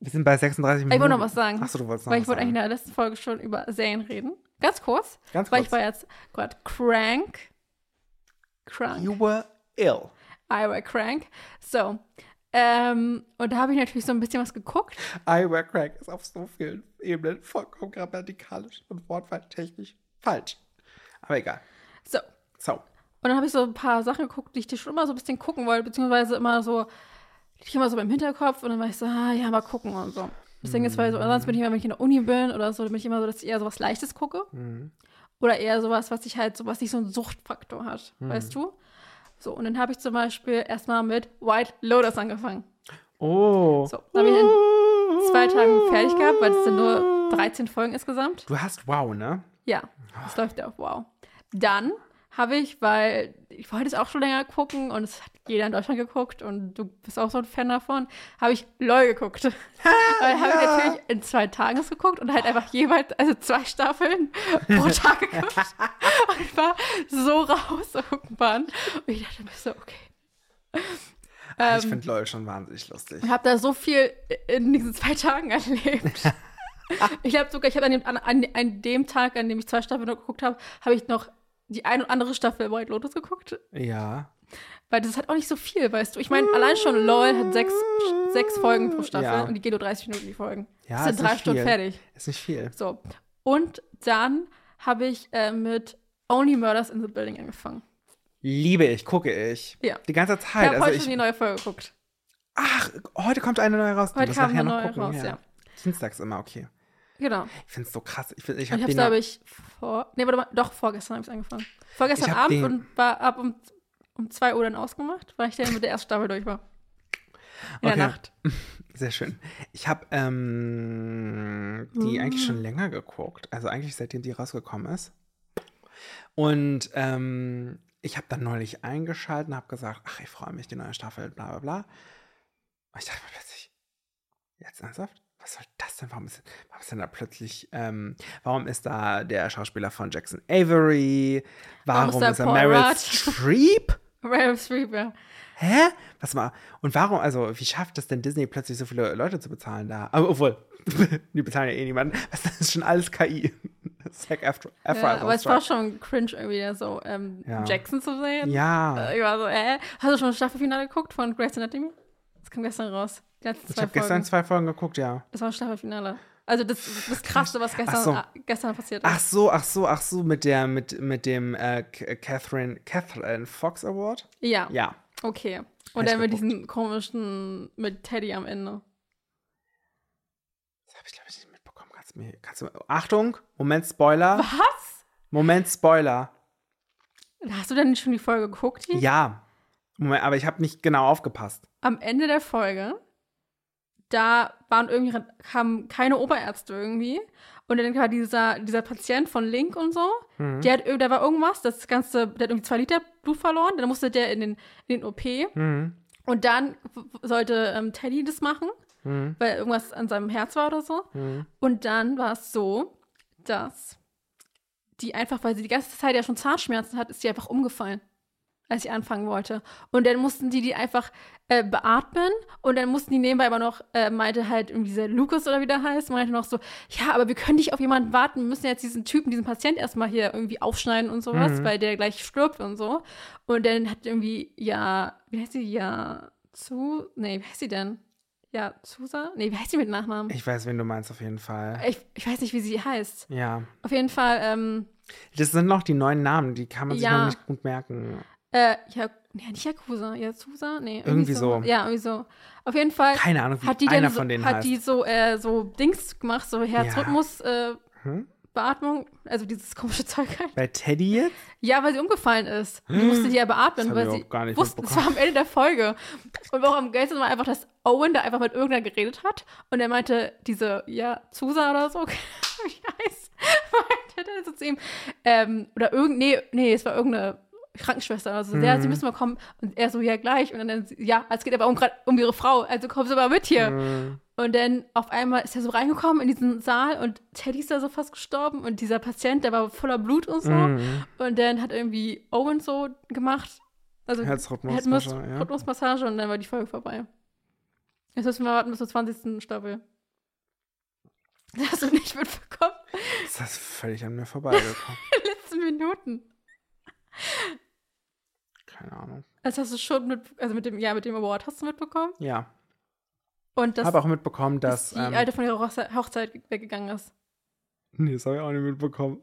Speaker 2: wir sind bei 36 Minuten.
Speaker 1: Ich wollte noch was sagen.
Speaker 2: Achso, du wolltest noch
Speaker 1: Weil
Speaker 2: was
Speaker 1: ich wollte eigentlich in
Speaker 2: sagen.
Speaker 1: der letzten Folge schon über Serien reden. Ganz kurz.
Speaker 2: Ganz
Speaker 1: Weil
Speaker 2: kurz.
Speaker 1: ich war jetzt gerade crank. Crank.
Speaker 2: You were ill.
Speaker 1: I were crank. So. Ähm, und da habe ich natürlich so ein bisschen was geguckt.
Speaker 2: Iowa Crack ist auf so vielen Ebenen vollkommen grammatikalisch und wortwahltechnisch falsch. Aber egal.
Speaker 1: So.
Speaker 2: So.
Speaker 1: Und dann habe ich so ein paar Sachen geguckt, die ich dir schon immer so ein bisschen gucken wollte, beziehungsweise immer so, die ich immer so im Hinterkopf und dann war ich so, ah, ja, mal gucken und so. Deswegen ist, weil so, sonst bin ich immer, wenn ich in der Uni bin oder so, dann bin ich immer so, dass ich eher sowas Leichtes gucke. Oder eher sowas, was ich halt, so, was nicht so einen Suchtfaktor hat, weißt du? So, und dann habe ich zum Beispiel erstmal mit White Lotus angefangen.
Speaker 2: Oh.
Speaker 1: So, dann habe ich in zwei Tagen fertig gehabt, weil es sind nur 13 Folgen insgesamt.
Speaker 2: Du hast wow, ne?
Speaker 1: Ja, das läuft ja auch, wow. Dann habe ich, weil ich wollte es auch schon länger gucken und es hat jeder in Deutschland geguckt und du bist auch so ein Fan davon, habe ich LOL geguckt. Weil habe ich natürlich in zwei Tagen es geguckt und halt einfach jeweils, also zwei Staffeln pro Tag geguckt. und ich war so raus irgendwann. Und ich dachte mir so, okay.
Speaker 2: Ah,
Speaker 1: Ähm.
Speaker 2: ich finde LOL schon wahnsinnig lustig.
Speaker 1: Ich habe da so viel in diesen zwei Tagen erlebt. ich habe sogar, ich habe an dem, an, an, an dem Tag, an dem ich zwei Staffeln noch geguckt habe, habe ich noch die ein und andere Staffel White Lotus geguckt.
Speaker 2: Ja.
Speaker 1: Weil das hat auch nicht so viel, weißt du. Ich meine, allein schon LOL hat sechs, sechs Folgen pro Staffel
Speaker 2: Ja.
Speaker 1: und die gehen nur 30 Minuten die Folgen.
Speaker 2: Ja,
Speaker 1: das
Speaker 2: ist
Speaker 1: sind drei
Speaker 2: nicht
Speaker 1: Stunden
Speaker 2: viel.
Speaker 1: fertig.
Speaker 2: Ist nicht viel.
Speaker 1: So. Und dann habe ich äh, mit Only Murders in the Building angefangen.
Speaker 2: Liebe ich, gucke ich.
Speaker 1: Ja.
Speaker 2: Die ganze
Speaker 1: Ich
Speaker 2: Zeit.
Speaker 1: habe
Speaker 2: also
Speaker 1: heute schon die
Speaker 2: ich,
Speaker 1: neue Folge geguckt.
Speaker 2: ach, heute kommt eine neue raus. Du
Speaker 1: Heute
Speaker 2: musst
Speaker 1: kam
Speaker 2: nachher
Speaker 1: eine
Speaker 2: noch
Speaker 1: neue
Speaker 2: gucken,
Speaker 1: raus,
Speaker 2: ja.
Speaker 1: ja.
Speaker 2: Dienstags immer, okay.
Speaker 1: Genau.
Speaker 2: Ich finde es so krass. Ich, find- ich
Speaker 1: Ich
Speaker 2: habe
Speaker 1: habe es,
Speaker 2: den
Speaker 1: glaube ich, vor. Nee, warte mal, doch, vorgestern habe ich es angefangen. Vorgestern
Speaker 2: Ich hab
Speaker 1: Abend
Speaker 2: den-
Speaker 1: und war ab um, um 2 Uhr dann ausgemacht, weil ich dann mit der ersten Staffel durch war. In
Speaker 2: Okay.
Speaker 1: der Nacht.
Speaker 2: Sehr schön. Ich habe ähm,
Speaker 1: Mhm.
Speaker 2: die eigentlich schon länger geguckt, also eigentlich seitdem die rausgekommen ist. Und ähm, ich habe dann neulich eingeschaltet und habe gesagt, ach, ich freue mich, die neue Staffel, bla bla bla. Und ich dachte mir plötzlich, jetzt ernsthaft? Was soll das denn? Warum ist, warum ist denn da plötzlich, ähm, warum ist da der Schauspieler von Jackson Avery?
Speaker 1: Warum ist
Speaker 2: Warum,
Speaker 1: da
Speaker 2: ist er
Speaker 1: Paul
Speaker 2: Meryl
Speaker 1: Rudd?
Speaker 2: Streep?
Speaker 1: Random Street, ja.
Speaker 2: Hä? Was mal? Und warum, also, wie schafft es denn Disney plötzlich so viele Leute zu bezahlen da? Aber obwohl, die bezahlen ja eh niemanden. Was, das ist schon alles KI. Zack After, After
Speaker 1: ja aber es war schon cringe, irgendwie da so ähm,
Speaker 2: halt Ja.
Speaker 1: Jackson zu sehen.
Speaker 2: Ja.
Speaker 1: Äh, Ich war so, äh, hast du schon das Staffelfinale geguckt von Grey's Anatomy? Es kam gestern raus. Die letzten
Speaker 2: Ich
Speaker 1: zwei
Speaker 2: habe
Speaker 1: Folgen.
Speaker 2: gestern zwei Folgen geguckt, ja.
Speaker 1: das war ein Staffelfinale. Also das, das Krasseste, was gestern,
Speaker 2: Ach so.
Speaker 1: ah, gestern passiert ist.
Speaker 2: Ach so, ach so, ach so, mit der, mit, mit dem äh, K- Catherine, Catherine Fox Award?
Speaker 1: Ja,
Speaker 2: Ja.
Speaker 1: okay.
Speaker 2: Hab
Speaker 1: Und
Speaker 2: ich
Speaker 1: dann mit
Speaker 2: geguckt.
Speaker 1: diesem komischen, mit Teddy am Ende.
Speaker 2: Das habe ich, glaube ich, nicht mitbekommen. Kannst du mir, kannst du, Achtung, Moment, Spoiler.
Speaker 1: Was?
Speaker 2: Moment, Spoiler.
Speaker 1: Hast du denn schon die Folge geguckt? Hier?
Speaker 2: Ja. Moment, aber ich habe nicht genau aufgepasst.
Speaker 1: Am Ende der Folge, da waren irgendwie, kamen keine Oberärzte irgendwie. Und dann war dieser, dieser Patient von Link und so,
Speaker 2: Mhm.
Speaker 1: der hat, irg- da war irgendwas, das ganze, der hat irgendwie zwei Liter Blut verloren, dann musste der in den, in den OP.
Speaker 2: Mhm.
Speaker 1: Und dann w- w- sollte ähm, Teddy das machen,
Speaker 2: Mhm.
Speaker 1: weil irgendwas an seinem Herz war oder so.
Speaker 2: Mhm.
Speaker 1: Und dann war es so, dass die einfach, weil sie die ganze Zeit ja schon Zahnschmerzen hat, ist sie einfach umgefallen, als sie anfangen wollte. Und dann mussten die die einfach äh, beatmen und dann mussten die nebenbei aber noch, äh, meinte halt irgendwie dieser Lukas oder wie der heißt, meinte noch so, ja, aber wir können nicht auf jemanden warten, wir müssen jetzt diesen Typen, diesen Patient erstmal hier irgendwie aufschneiden und sowas,
Speaker 2: Mhm.
Speaker 1: weil der gleich stirbt und so. Und dann hat irgendwie, ja, wie heißt sie, ja, zu, nee, wie heißt sie denn? Ja, Susa? Nee, wie heißt sie mit Nachnamen?
Speaker 2: Ich weiß, wen du meinst, auf jeden Fall.
Speaker 1: Ich, ich weiß nicht, wie sie heißt.
Speaker 2: Ja.
Speaker 1: Auf jeden Fall, ähm,
Speaker 2: Das sind noch die neuen Namen, die kann man sich
Speaker 1: Ja.
Speaker 2: noch nicht gut merken.
Speaker 1: äh, ja, ja, nicht Yakuza, Yakuza, nee.
Speaker 2: Irgendwie so.
Speaker 1: Ja, irgendwie so. Auf jeden Fall
Speaker 2: Keine Ahnung, wie
Speaker 1: hat die
Speaker 2: einer
Speaker 1: denn so,
Speaker 2: von denen
Speaker 1: hat
Speaker 2: heißt.
Speaker 1: die so, äh, so Dings gemacht, so Herzrhythmus, äh,
Speaker 2: Hm?
Speaker 1: Beatmung, also dieses komische Zeug halt.
Speaker 2: Bei Teddy jetzt?
Speaker 1: Ja, weil sie umgefallen ist. Die musste die ja
Speaker 2: Das
Speaker 1: beatmen,
Speaker 2: hab
Speaker 1: weil
Speaker 2: ich
Speaker 1: sie
Speaker 2: auch gar nicht
Speaker 1: wusste, es war am Ende der Folge. Und auch am geilsten war einfach, dass Owen da einfach mit irgendeiner geredet hat und er meinte, diese, ja, Susa oder so, wie heißt, meinte dann so zu ihm, ähm, oder irgend, nee, nee, es war irgendeine Krankenschwester oder so,
Speaker 2: Mhm.
Speaker 1: ja, sie müssen mal kommen. Und er so, ja, gleich. Und dann, ja, es geht aber um, grad um ihre Frau, also kommen Sie mal mit hier.
Speaker 2: Mhm.
Speaker 1: Und dann auf einmal ist er so reingekommen in diesen Saal und Teddy ist da so fast gestorben und dieser Patient, der war voller Blut und so.
Speaker 2: Mhm.
Speaker 1: Und dann hat irgendwie Owen so gemacht. Also
Speaker 2: Herzrhythmus-
Speaker 1: Herzmus-
Speaker 2: Massage, ja.
Speaker 1: Rhythmusmassage und dann war die Folge vorbei. Jetzt müssen wir warten bis zur 20. Staffel. Das hast du nicht mitbekommen
Speaker 2: Ist das völlig an mir vorbeigekommen?
Speaker 1: in den letzten Minuten.
Speaker 2: Keine Ahnung.
Speaker 1: Das hast du schon mit, also mit dem, ja, mit dem Award hast du mitbekommen.
Speaker 2: Ja.
Speaker 1: Und dass,
Speaker 2: Habe auch mitbekommen, dass.
Speaker 1: dass die
Speaker 2: ähm,
Speaker 1: Alte von ihrer Hochze- Hochzeit weggegangen ist.
Speaker 2: nee, das habe ich auch nicht mitbekommen.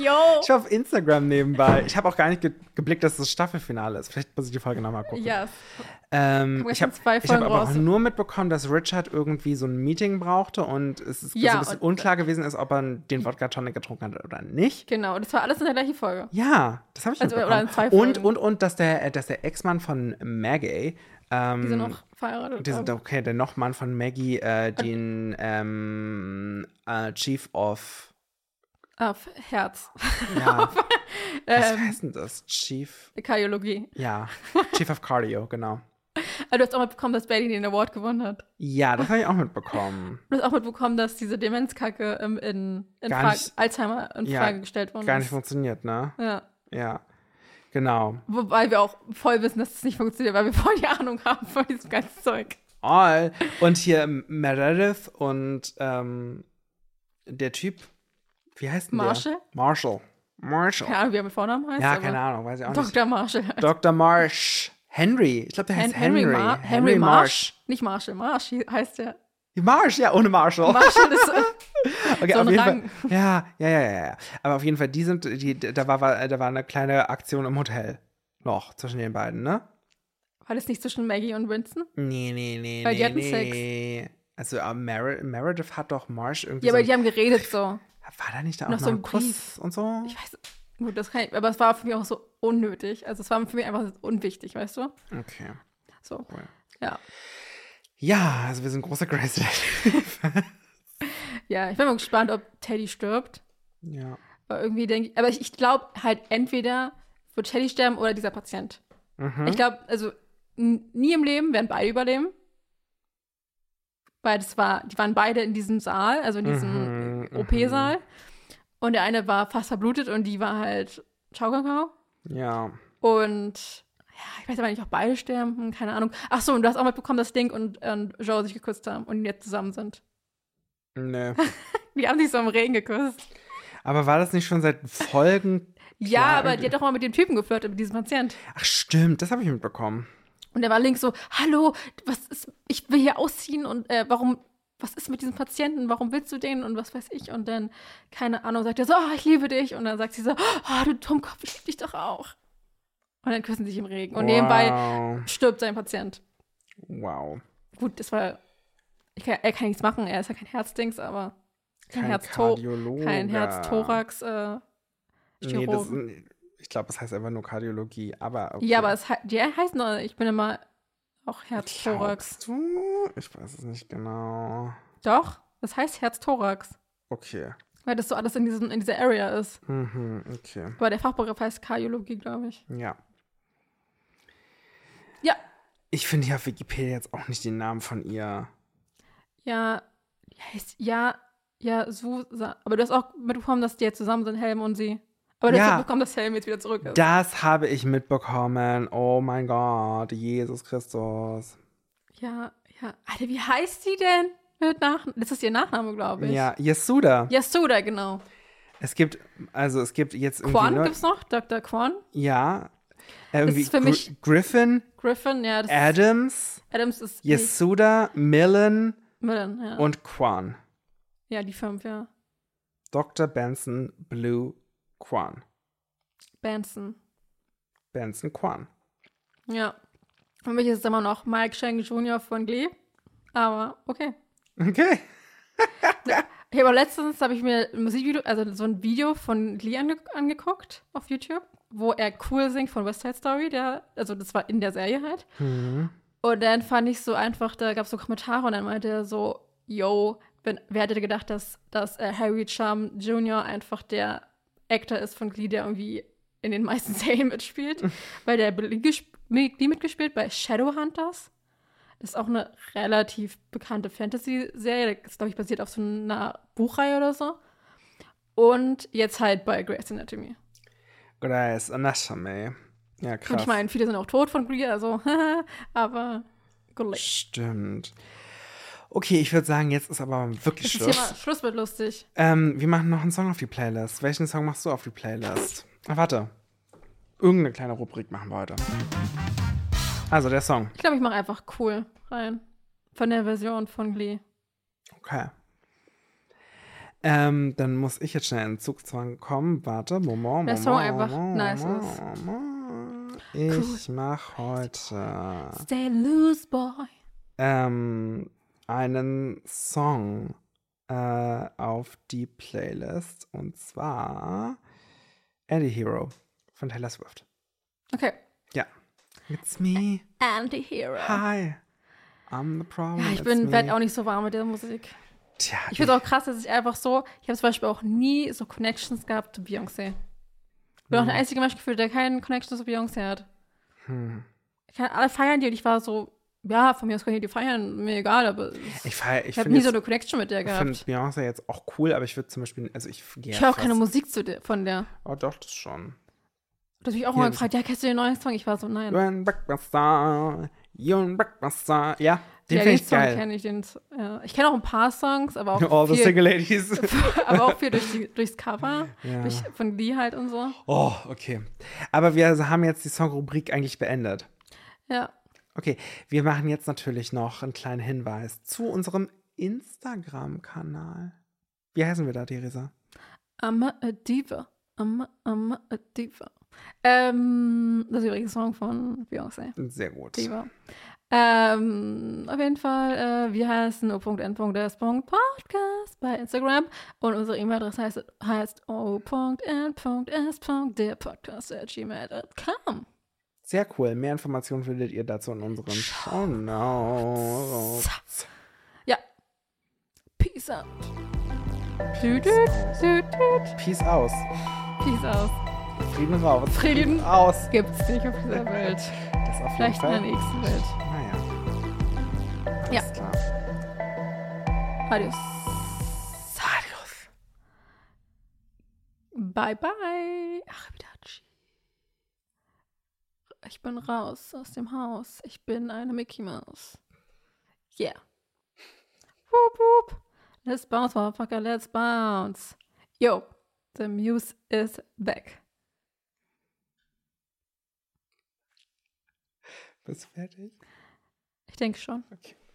Speaker 1: Yo!
Speaker 2: Ich war auf Instagram nebenbei. Ich habe auch gar nicht ge geblickt, dass das Staffelfinale ist. Vielleicht muss ich die Folge nochmal gucken.
Speaker 1: Ja, es
Speaker 2: Ähm,
Speaker 1: kommen
Speaker 2: ich habe
Speaker 1: gleich zwei
Speaker 2: ich hab
Speaker 1: Folgen
Speaker 2: aber auch
Speaker 1: raus.
Speaker 2: nur mitbekommen, dass Richard irgendwie so ein Meeting brauchte und es ist
Speaker 1: Ja,
Speaker 2: so ein bisschen
Speaker 1: und-
Speaker 2: unklar gewesen ist, ob er den Wodka Tonic getrunken hat oder nicht.
Speaker 1: Genau, das war alles in der gleichen Folge.
Speaker 2: Ja, das habe ich
Speaker 1: Also, oder
Speaker 2: mitbekommen.
Speaker 1: in zwei
Speaker 2: und,
Speaker 1: Folgen.
Speaker 2: und, und, dass der, äh, dass der Ex-Mann von Maggie, ähm,
Speaker 1: Die sind noch Oh. verheiratet. ähm,
Speaker 2: die sind,
Speaker 1: aber-
Speaker 2: okay, der Nochmann von Maggie, äh, den ähm, äh, Chief of,
Speaker 1: auf ah, Herz.
Speaker 2: ja, was
Speaker 1: Ähm,
Speaker 2: heißt denn das? Chief,
Speaker 1: Kardiologie.
Speaker 2: ja, Chief of Cardio, genau.
Speaker 1: Aber Ah, du hast auch mitbekommen, dass Bailey den Award gewonnen hat.
Speaker 2: Ja, das habe ich auch mitbekommen.
Speaker 1: Du hast auch mitbekommen, dass diese Demenzkacke ähm, in, in
Speaker 2: Gar
Speaker 1: Fra-
Speaker 2: nicht-
Speaker 1: Alzheimer in
Speaker 2: Ja,
Speaker 1: Frage gestellt worden
Speaker 2: Gar nicht
Speaker 1: ist.
Speaker 2: funktioniert, ne?
Speaker 1: Ja.
Speaker 2: Ja, genau.
Speaker 1: Wobei wir auch voll wissen, dass es nicht funktioniert, weil wir voll die Ahnung haben von diesem ganzen Zeug.
Speaker 2: All. Und hier Meredith und ähm, der Typ, wie heißt denn
Speaker 1: Marshall?
Speaker 2: der? Marshall. Marshall.
Speaker 1: Keine Ahnung, wie er mit Vornamen heißt.
Speaker 2: Ja,
Speaker 1: aber
Speaker 2: keine Ahnung, weiß ich auch nicht.
Speaker 1: Dr. Marshall.
Speaker 2: Dr. Marsh. Henry. Ich glaube, der heißt
Speaker 1: Hen-
Speaker 2: Henry.
Speaker 1: Mar- Henry Marsh. Nicht Marshall, Marsh hi- heißt der.
Speaker 2: Marsh, ja, ohne Marshall.
Speaker 1: Marshall ist.
Speaker 2: okay,
Speaker 1: so
Speaker 2: auf
Speaker 1: ein
Speaker 2: jeden
Speaker 1: Rang.
Speaker 2: Fall. Ja, ja, ja, ja, ja. Aber auf jeden Fall, die sind, die, da, war, war, da war eine kleine Aktion im Hotel. Noch zwischen den beiden, ne?
Speaker 1: War das nicht zwischen Maggie und Winston?
Speaker 2: Nee, nee, nee.
Speaker 1: Weil
Speaker 2: nee,
Speaker 1: die hatten
Speaker 2: nee.
Speaker 1: Sex.
Speaker 2: Also äh, Mer Meredith hat doch Marsh irgendwie.
Speaker 1: Ja,
Speaker 2: so
Speaker 1: aber die haben geredet so.
Speaker 2: War da nicht da auch
Speaker 1: Noch
Speaker 2: noch,
Speaker 1: so
Speaker 2: ein
Speaker 1: ein
Speaker 2: Kuss
Speaker 1: Brief.
Speaker 2: und so?
Speaker 1: Ich weiß, gut, das kann ich, aber es war für mich auch so unnötig. Also es war für mich einfach unwichtig, weißt du?
Speaker 2: Okay.
Speaker 1: So,
Speaker 2: Cool.
Speaker 1: ja.
Speaker 2: Ja, also wir sind große Grace
Speaker 1: Ja, ich bin mal gespannt, ob Teddy stirbt.
Speaker 2: Ja.
Speaker 1: Aber irgendwie denke ich, aber ich, ich glaube halt entweder wird Teddy sterben oder dieser Patient.
Speaker 2: Mhm.
Speaker 1: Ich glaube, also n- nie im Leben werden beide überleben. Weil das war, die waren beide in diesem Saal, also in diesem
Speaker 2: Mhm,
Speaker 1: OP-Saal. Und der eine war fast verblutet und die war halt Ciao Kakao.
Speaker 2: Ja.
Speaker 1: Und ja, ich weiß aber nicht, ob beide sterben, hm, keine Ahnung. Ach so, und du hast auch mitbekommen, dass Dink und, und Joe sich geküsst haben und jetzt zusammen sind.
Speaker 2: Nee.
Speaker 1: Die haben sich so im Regen geküsst.
Speaker 2: Aber war das nicht schon seit Folgen?
Speaker 1: Ja,
Speaker 2: Klar,
Speaker 1: aber
Speaker 2: irgendwie.
Speaker 1: die hat doch mal mit dem Typen geflirtet, mit diesem Patient.
Speaker 2: Ach stimmt, das habe ich mitbekommen.
Speaker 1: Und er war links so, hallo, was ist, ich will hier ausziehen und äh, warum, was ist mit diesem Patienten, warum willst du den und was weiß ich. Und dann, keine Ahnung, sagt er so, oh, ich liebe dich. Und dann sagt sie so, oh, du Dummkopf, ich liebe dich doch auch. Und dann küssen sie sich Oh, im Regen. Und nebenbei
Speaker 2: wow.
Speaker 1: stirbt sein Patient.
Speaker 2: Wow.
Speaker 1: Gut, das war, ich kann, er kann nichts machen, er ist ja kein Herzdings, aber kein,
Speaker 2: Kein
Speaker 1: Herzto
Speaker 2: Kardiologe.
Speaker 1: kein Herztorax. Äh,
Speaker 2: Nee, das,
Speaker 1: Chirurgen.
Speaker 2: ich glaube, das heißt einfach nur Kardiologie, aber okay.
Speaker 1: Ja, aber es hei- die heißen doch, ich bin immer auch Herztorax.
Speaker 2: Glaubst du? Ich weiß es nicht genau.
Speaker 1: Doch, das heißt Herztorax,
Speaker 2: Okay.
Speaker 1: weil das so alles in, diesem, in dieser Area ist.
Speaker 2: Mhm, okay.
Speaker 1: Aber der Fachbegriff heißt Kardiologie, glaube ich.
Speaker 2: Ja.
Speaker 1: Ja.
Speaker 2: Ich finde ja auf Wikipedia jetzt auch nicht den Namen von ihr.
Speaker 1: Ja, die heißt ja, ja, Susa. Aber du hast auch mitbekommen, dass die jetzt zusammen sind, Helm und sie. Aber du hast
Speaker 2: Ja.
Speaker 1: hast mitbekommen, dass Helm jetzt wieder zurück ist.
Speaker 2: Das habe ich mitbekommen. Oh mein Gott, Jesus Christus.
Speaker 1: ja, ja. Alter, wie heißt die denn? Mit Nach das ist ihr Nachname, glaube ich.
Speaker 2: Ja, Yesuda.
Speaker 1: Yasuda, genau.
Speaker 2: Es gibt, also es gibt jetzt irgendwie.
Speaker 1: Quan
Speaker 2: neu-
Speaker 1: gibt's noch? Dr. Quan?
Speaker 2: ja. Äh, Irgendwie
Speaker 1: ist für
Speaker 2: Gr-
Speaker 1: mich-
Speaker 2: Griffin,
Speaker 1: Griffin, ja. Das
Speaker 2: Adams,
Speaker 1: Adams ist
Speaker 2: Yesuda, Millen
Speaker 1: Millen, ja.
Speaker 2: und Quan.
Speaker 1: ja, die fünf, ja.
Speaker 2: Dr. Benson Blue Quan.
Speaker 1: Benson.
Speaker 2: Benson Quan.
Speaker 1: Ja. Für mich ist es immer noch Mike Shang Jr. von Glee. Aber okay.
Speaker 2: Okay.
Speaker 1: Ich habe auch letztens habe ich mir ein Musikvideo, also so ein Video von Glee ange angeguckt auf YouTube, wo er cool singt von West Side Story, der, also das war in der Serie halt.
Speaker 2: Mhm.
Speaker 1: Und dann fand ich so einfach, da gab es so Kommentare und dann meinte er so, yo, wenn, wer hätte gedacht, dass, dass äh, Harry Chum Jr. einfach der Actor ist von Glee, der irgendwie in den meisten Serien mitspielt. weil der hat Glee gesp- mit Glee mitgespielt bei Shadowhunters. Das ist auch eine relativ bekannte Fantasy-Serie. Das ist, glaube ich, basiert auf so einer Buchreihe oder so. Und jetzt halt bei Grey's Anatomy.
Speaker 2: Grace Anatomy. Ja, krass.
Speaker 1: Und ich meine, viele sind auch tot von Glee, also, aber good luck.
Speaker 2: Stimmt. Okay, ich würde sagen, jetzt ist aber wirklich
Speaker 1: Das ist hier mal
Speaker 2: Schluss.
Speaker 1: Schluss mit lustig.
Speaker 2: Ähm, wir machen noch einen Song auf die Playlist. Welchen Song machst du auf die Playlist? Ach, warte. Irgendeine kleine Rubrik machen wir heute. Also der Song.
Speaker 1: Ich glaube, ich mache einfach cool rein. Von der Version von Glee.
Speaker 2: Okay. Ähm, dann muss ich jetzt schnell in den Zugzwang kommen. Warte, Moment.
Speaker 1: Der Song
Speaker 2: Moment,
Speaker 1: einfach
Speaker 2: Moment,
Speaker 1: nice ist.
Speaker 2: Moment. Ich mach heute
Speaker 1: Stay loose, boy.
Speaker 2: ähm, einen Song äh, auf die Playlist und zwar Andy Hero von Taylor Swift.
Speaker 1: Okay.
Speaker 2: Ja. It's me.
Speaker 1: Anti-Hero. Ja,
Speaker 2: Hi. I'm the problem.
Speaker 1: ich
Speaker 2: it's
Speaker 1: bin
Speaker 2: me.
Speaker 1: werd auch nicht so warm mit dieser Musik.
Speaker 2: Tja,
Speaker 1: Ich finde es auch krass, dass ich einfach so, ich habe zum Beispiel auch nie so Connections gehabt zu Beyoncé. Ich
Speaker 2: Mhm.
Speaker 1: bin auch der einzige Mensch gefühlt, der keinen Connection zu Beyoncé hat.
Speaker 2: hm.
Speaker 1: Ich kann, alle feiern die und ich war so, ja, von mir aus können die feiern, mir egal, aber ich,
Speaker 2: ich, feier- ich,
Speaker 1: ich habe
Speaker 2: finde
Speaker 1: nie
Speaker 2: jetzt-
Speaker 1: so eine Connection mit der
Speaker 2: Ich finde
Speaker 1: gehabt.
Speaker 2: Beyoncé jetzt auch cool, aber ich würde zum Beispiel, also ich gehe
Speaker 1: Ich höre auch keine Musik zu der, von der.
Speaker 2: Oh, doch, das schon.
Speaker 1: Du hast mich auch
Speaker 2: Ja,
Speaker 1: mal
Speaker 2: das-
Speaker 1: gefragt, ja, kennst du den neuen Song? Ich war so, nein.
Speaker 2: You're in Breakmaster, you're in Breakmaster. Ja, den
Speaker 1: ja,
Speaker 2: finde ich
Speaker 1: Song
Speaker 2: geil. Oh,
Speaker 1: kenne ich den. Ja. Ich kenne auch ein paar Songs, aber auch,
Speaker 2: All the
Speaker 1: viel,
Speaker 2: single ladies.
Speaker 1: aber auch viel durch die, durchs Cover,
Speaker 2: Ja.
Speaker 1: durch, von Lee halt und so.
Speaker 2: Oh, okay. Aber wir haben jetzt die Songrubrik eigentlich beendet.
Speaker 1: Ja.
Speaker 2: Okay, wir machen jetzt natürlich noch einen kleinen Hinweis zu unserem Instagram-Kanal. Wie heißen wir da, Theresa?
Speaker 1: I'm a Diva. I'm, I'm a Diva. Ähm, das ist übrigens ein Song von Beyoncé.
Speaker 2: Sehr gut.
Speaker 1: Diva. Ähm, auf jeden Fall, äh, wir heißen o.n.s.podcast bei Instagram und unsere E-Mail-Adresse heißt, heißt o.n.s.derpodcast.gmail.com.
Speaker 2: Sehr cool. Mehr Informationen findet ihr dazu in unseren Show Notes.
Speaker 1: Ja. Peace out. Dü, dü, dü, dü.
Speaker 2: Peace aus.
Speaker 1: Peace out.
Speaker 2: Frieden raus.
Speaker 1: Frieden.
Speaker 2: aus.
Speaker 1: Gibt's nicht auf dieser Welt.
Speaker 2: Das auf
Speaker 1: Vielleicht in der
Speaker 2: jeden Fall.
Speaker 1: nächsten Welt.
Speaker 2: Naja. Alles
Speaker 1: Ja.
Speaker 2: klar.
Speaker 1: Adios. Adios. Bye bye. Ach, wieder Tschi. Ich bin raus aus dem Haus. Ich bin eine Mickey Mouse. Yeah. Whoop, whoop. Let's bounce, motherfucker, let's bounce. Yo, the muse is back. Bist du fertig?
Speaker 2: Ich denke schon.
Speaker 1: Okay.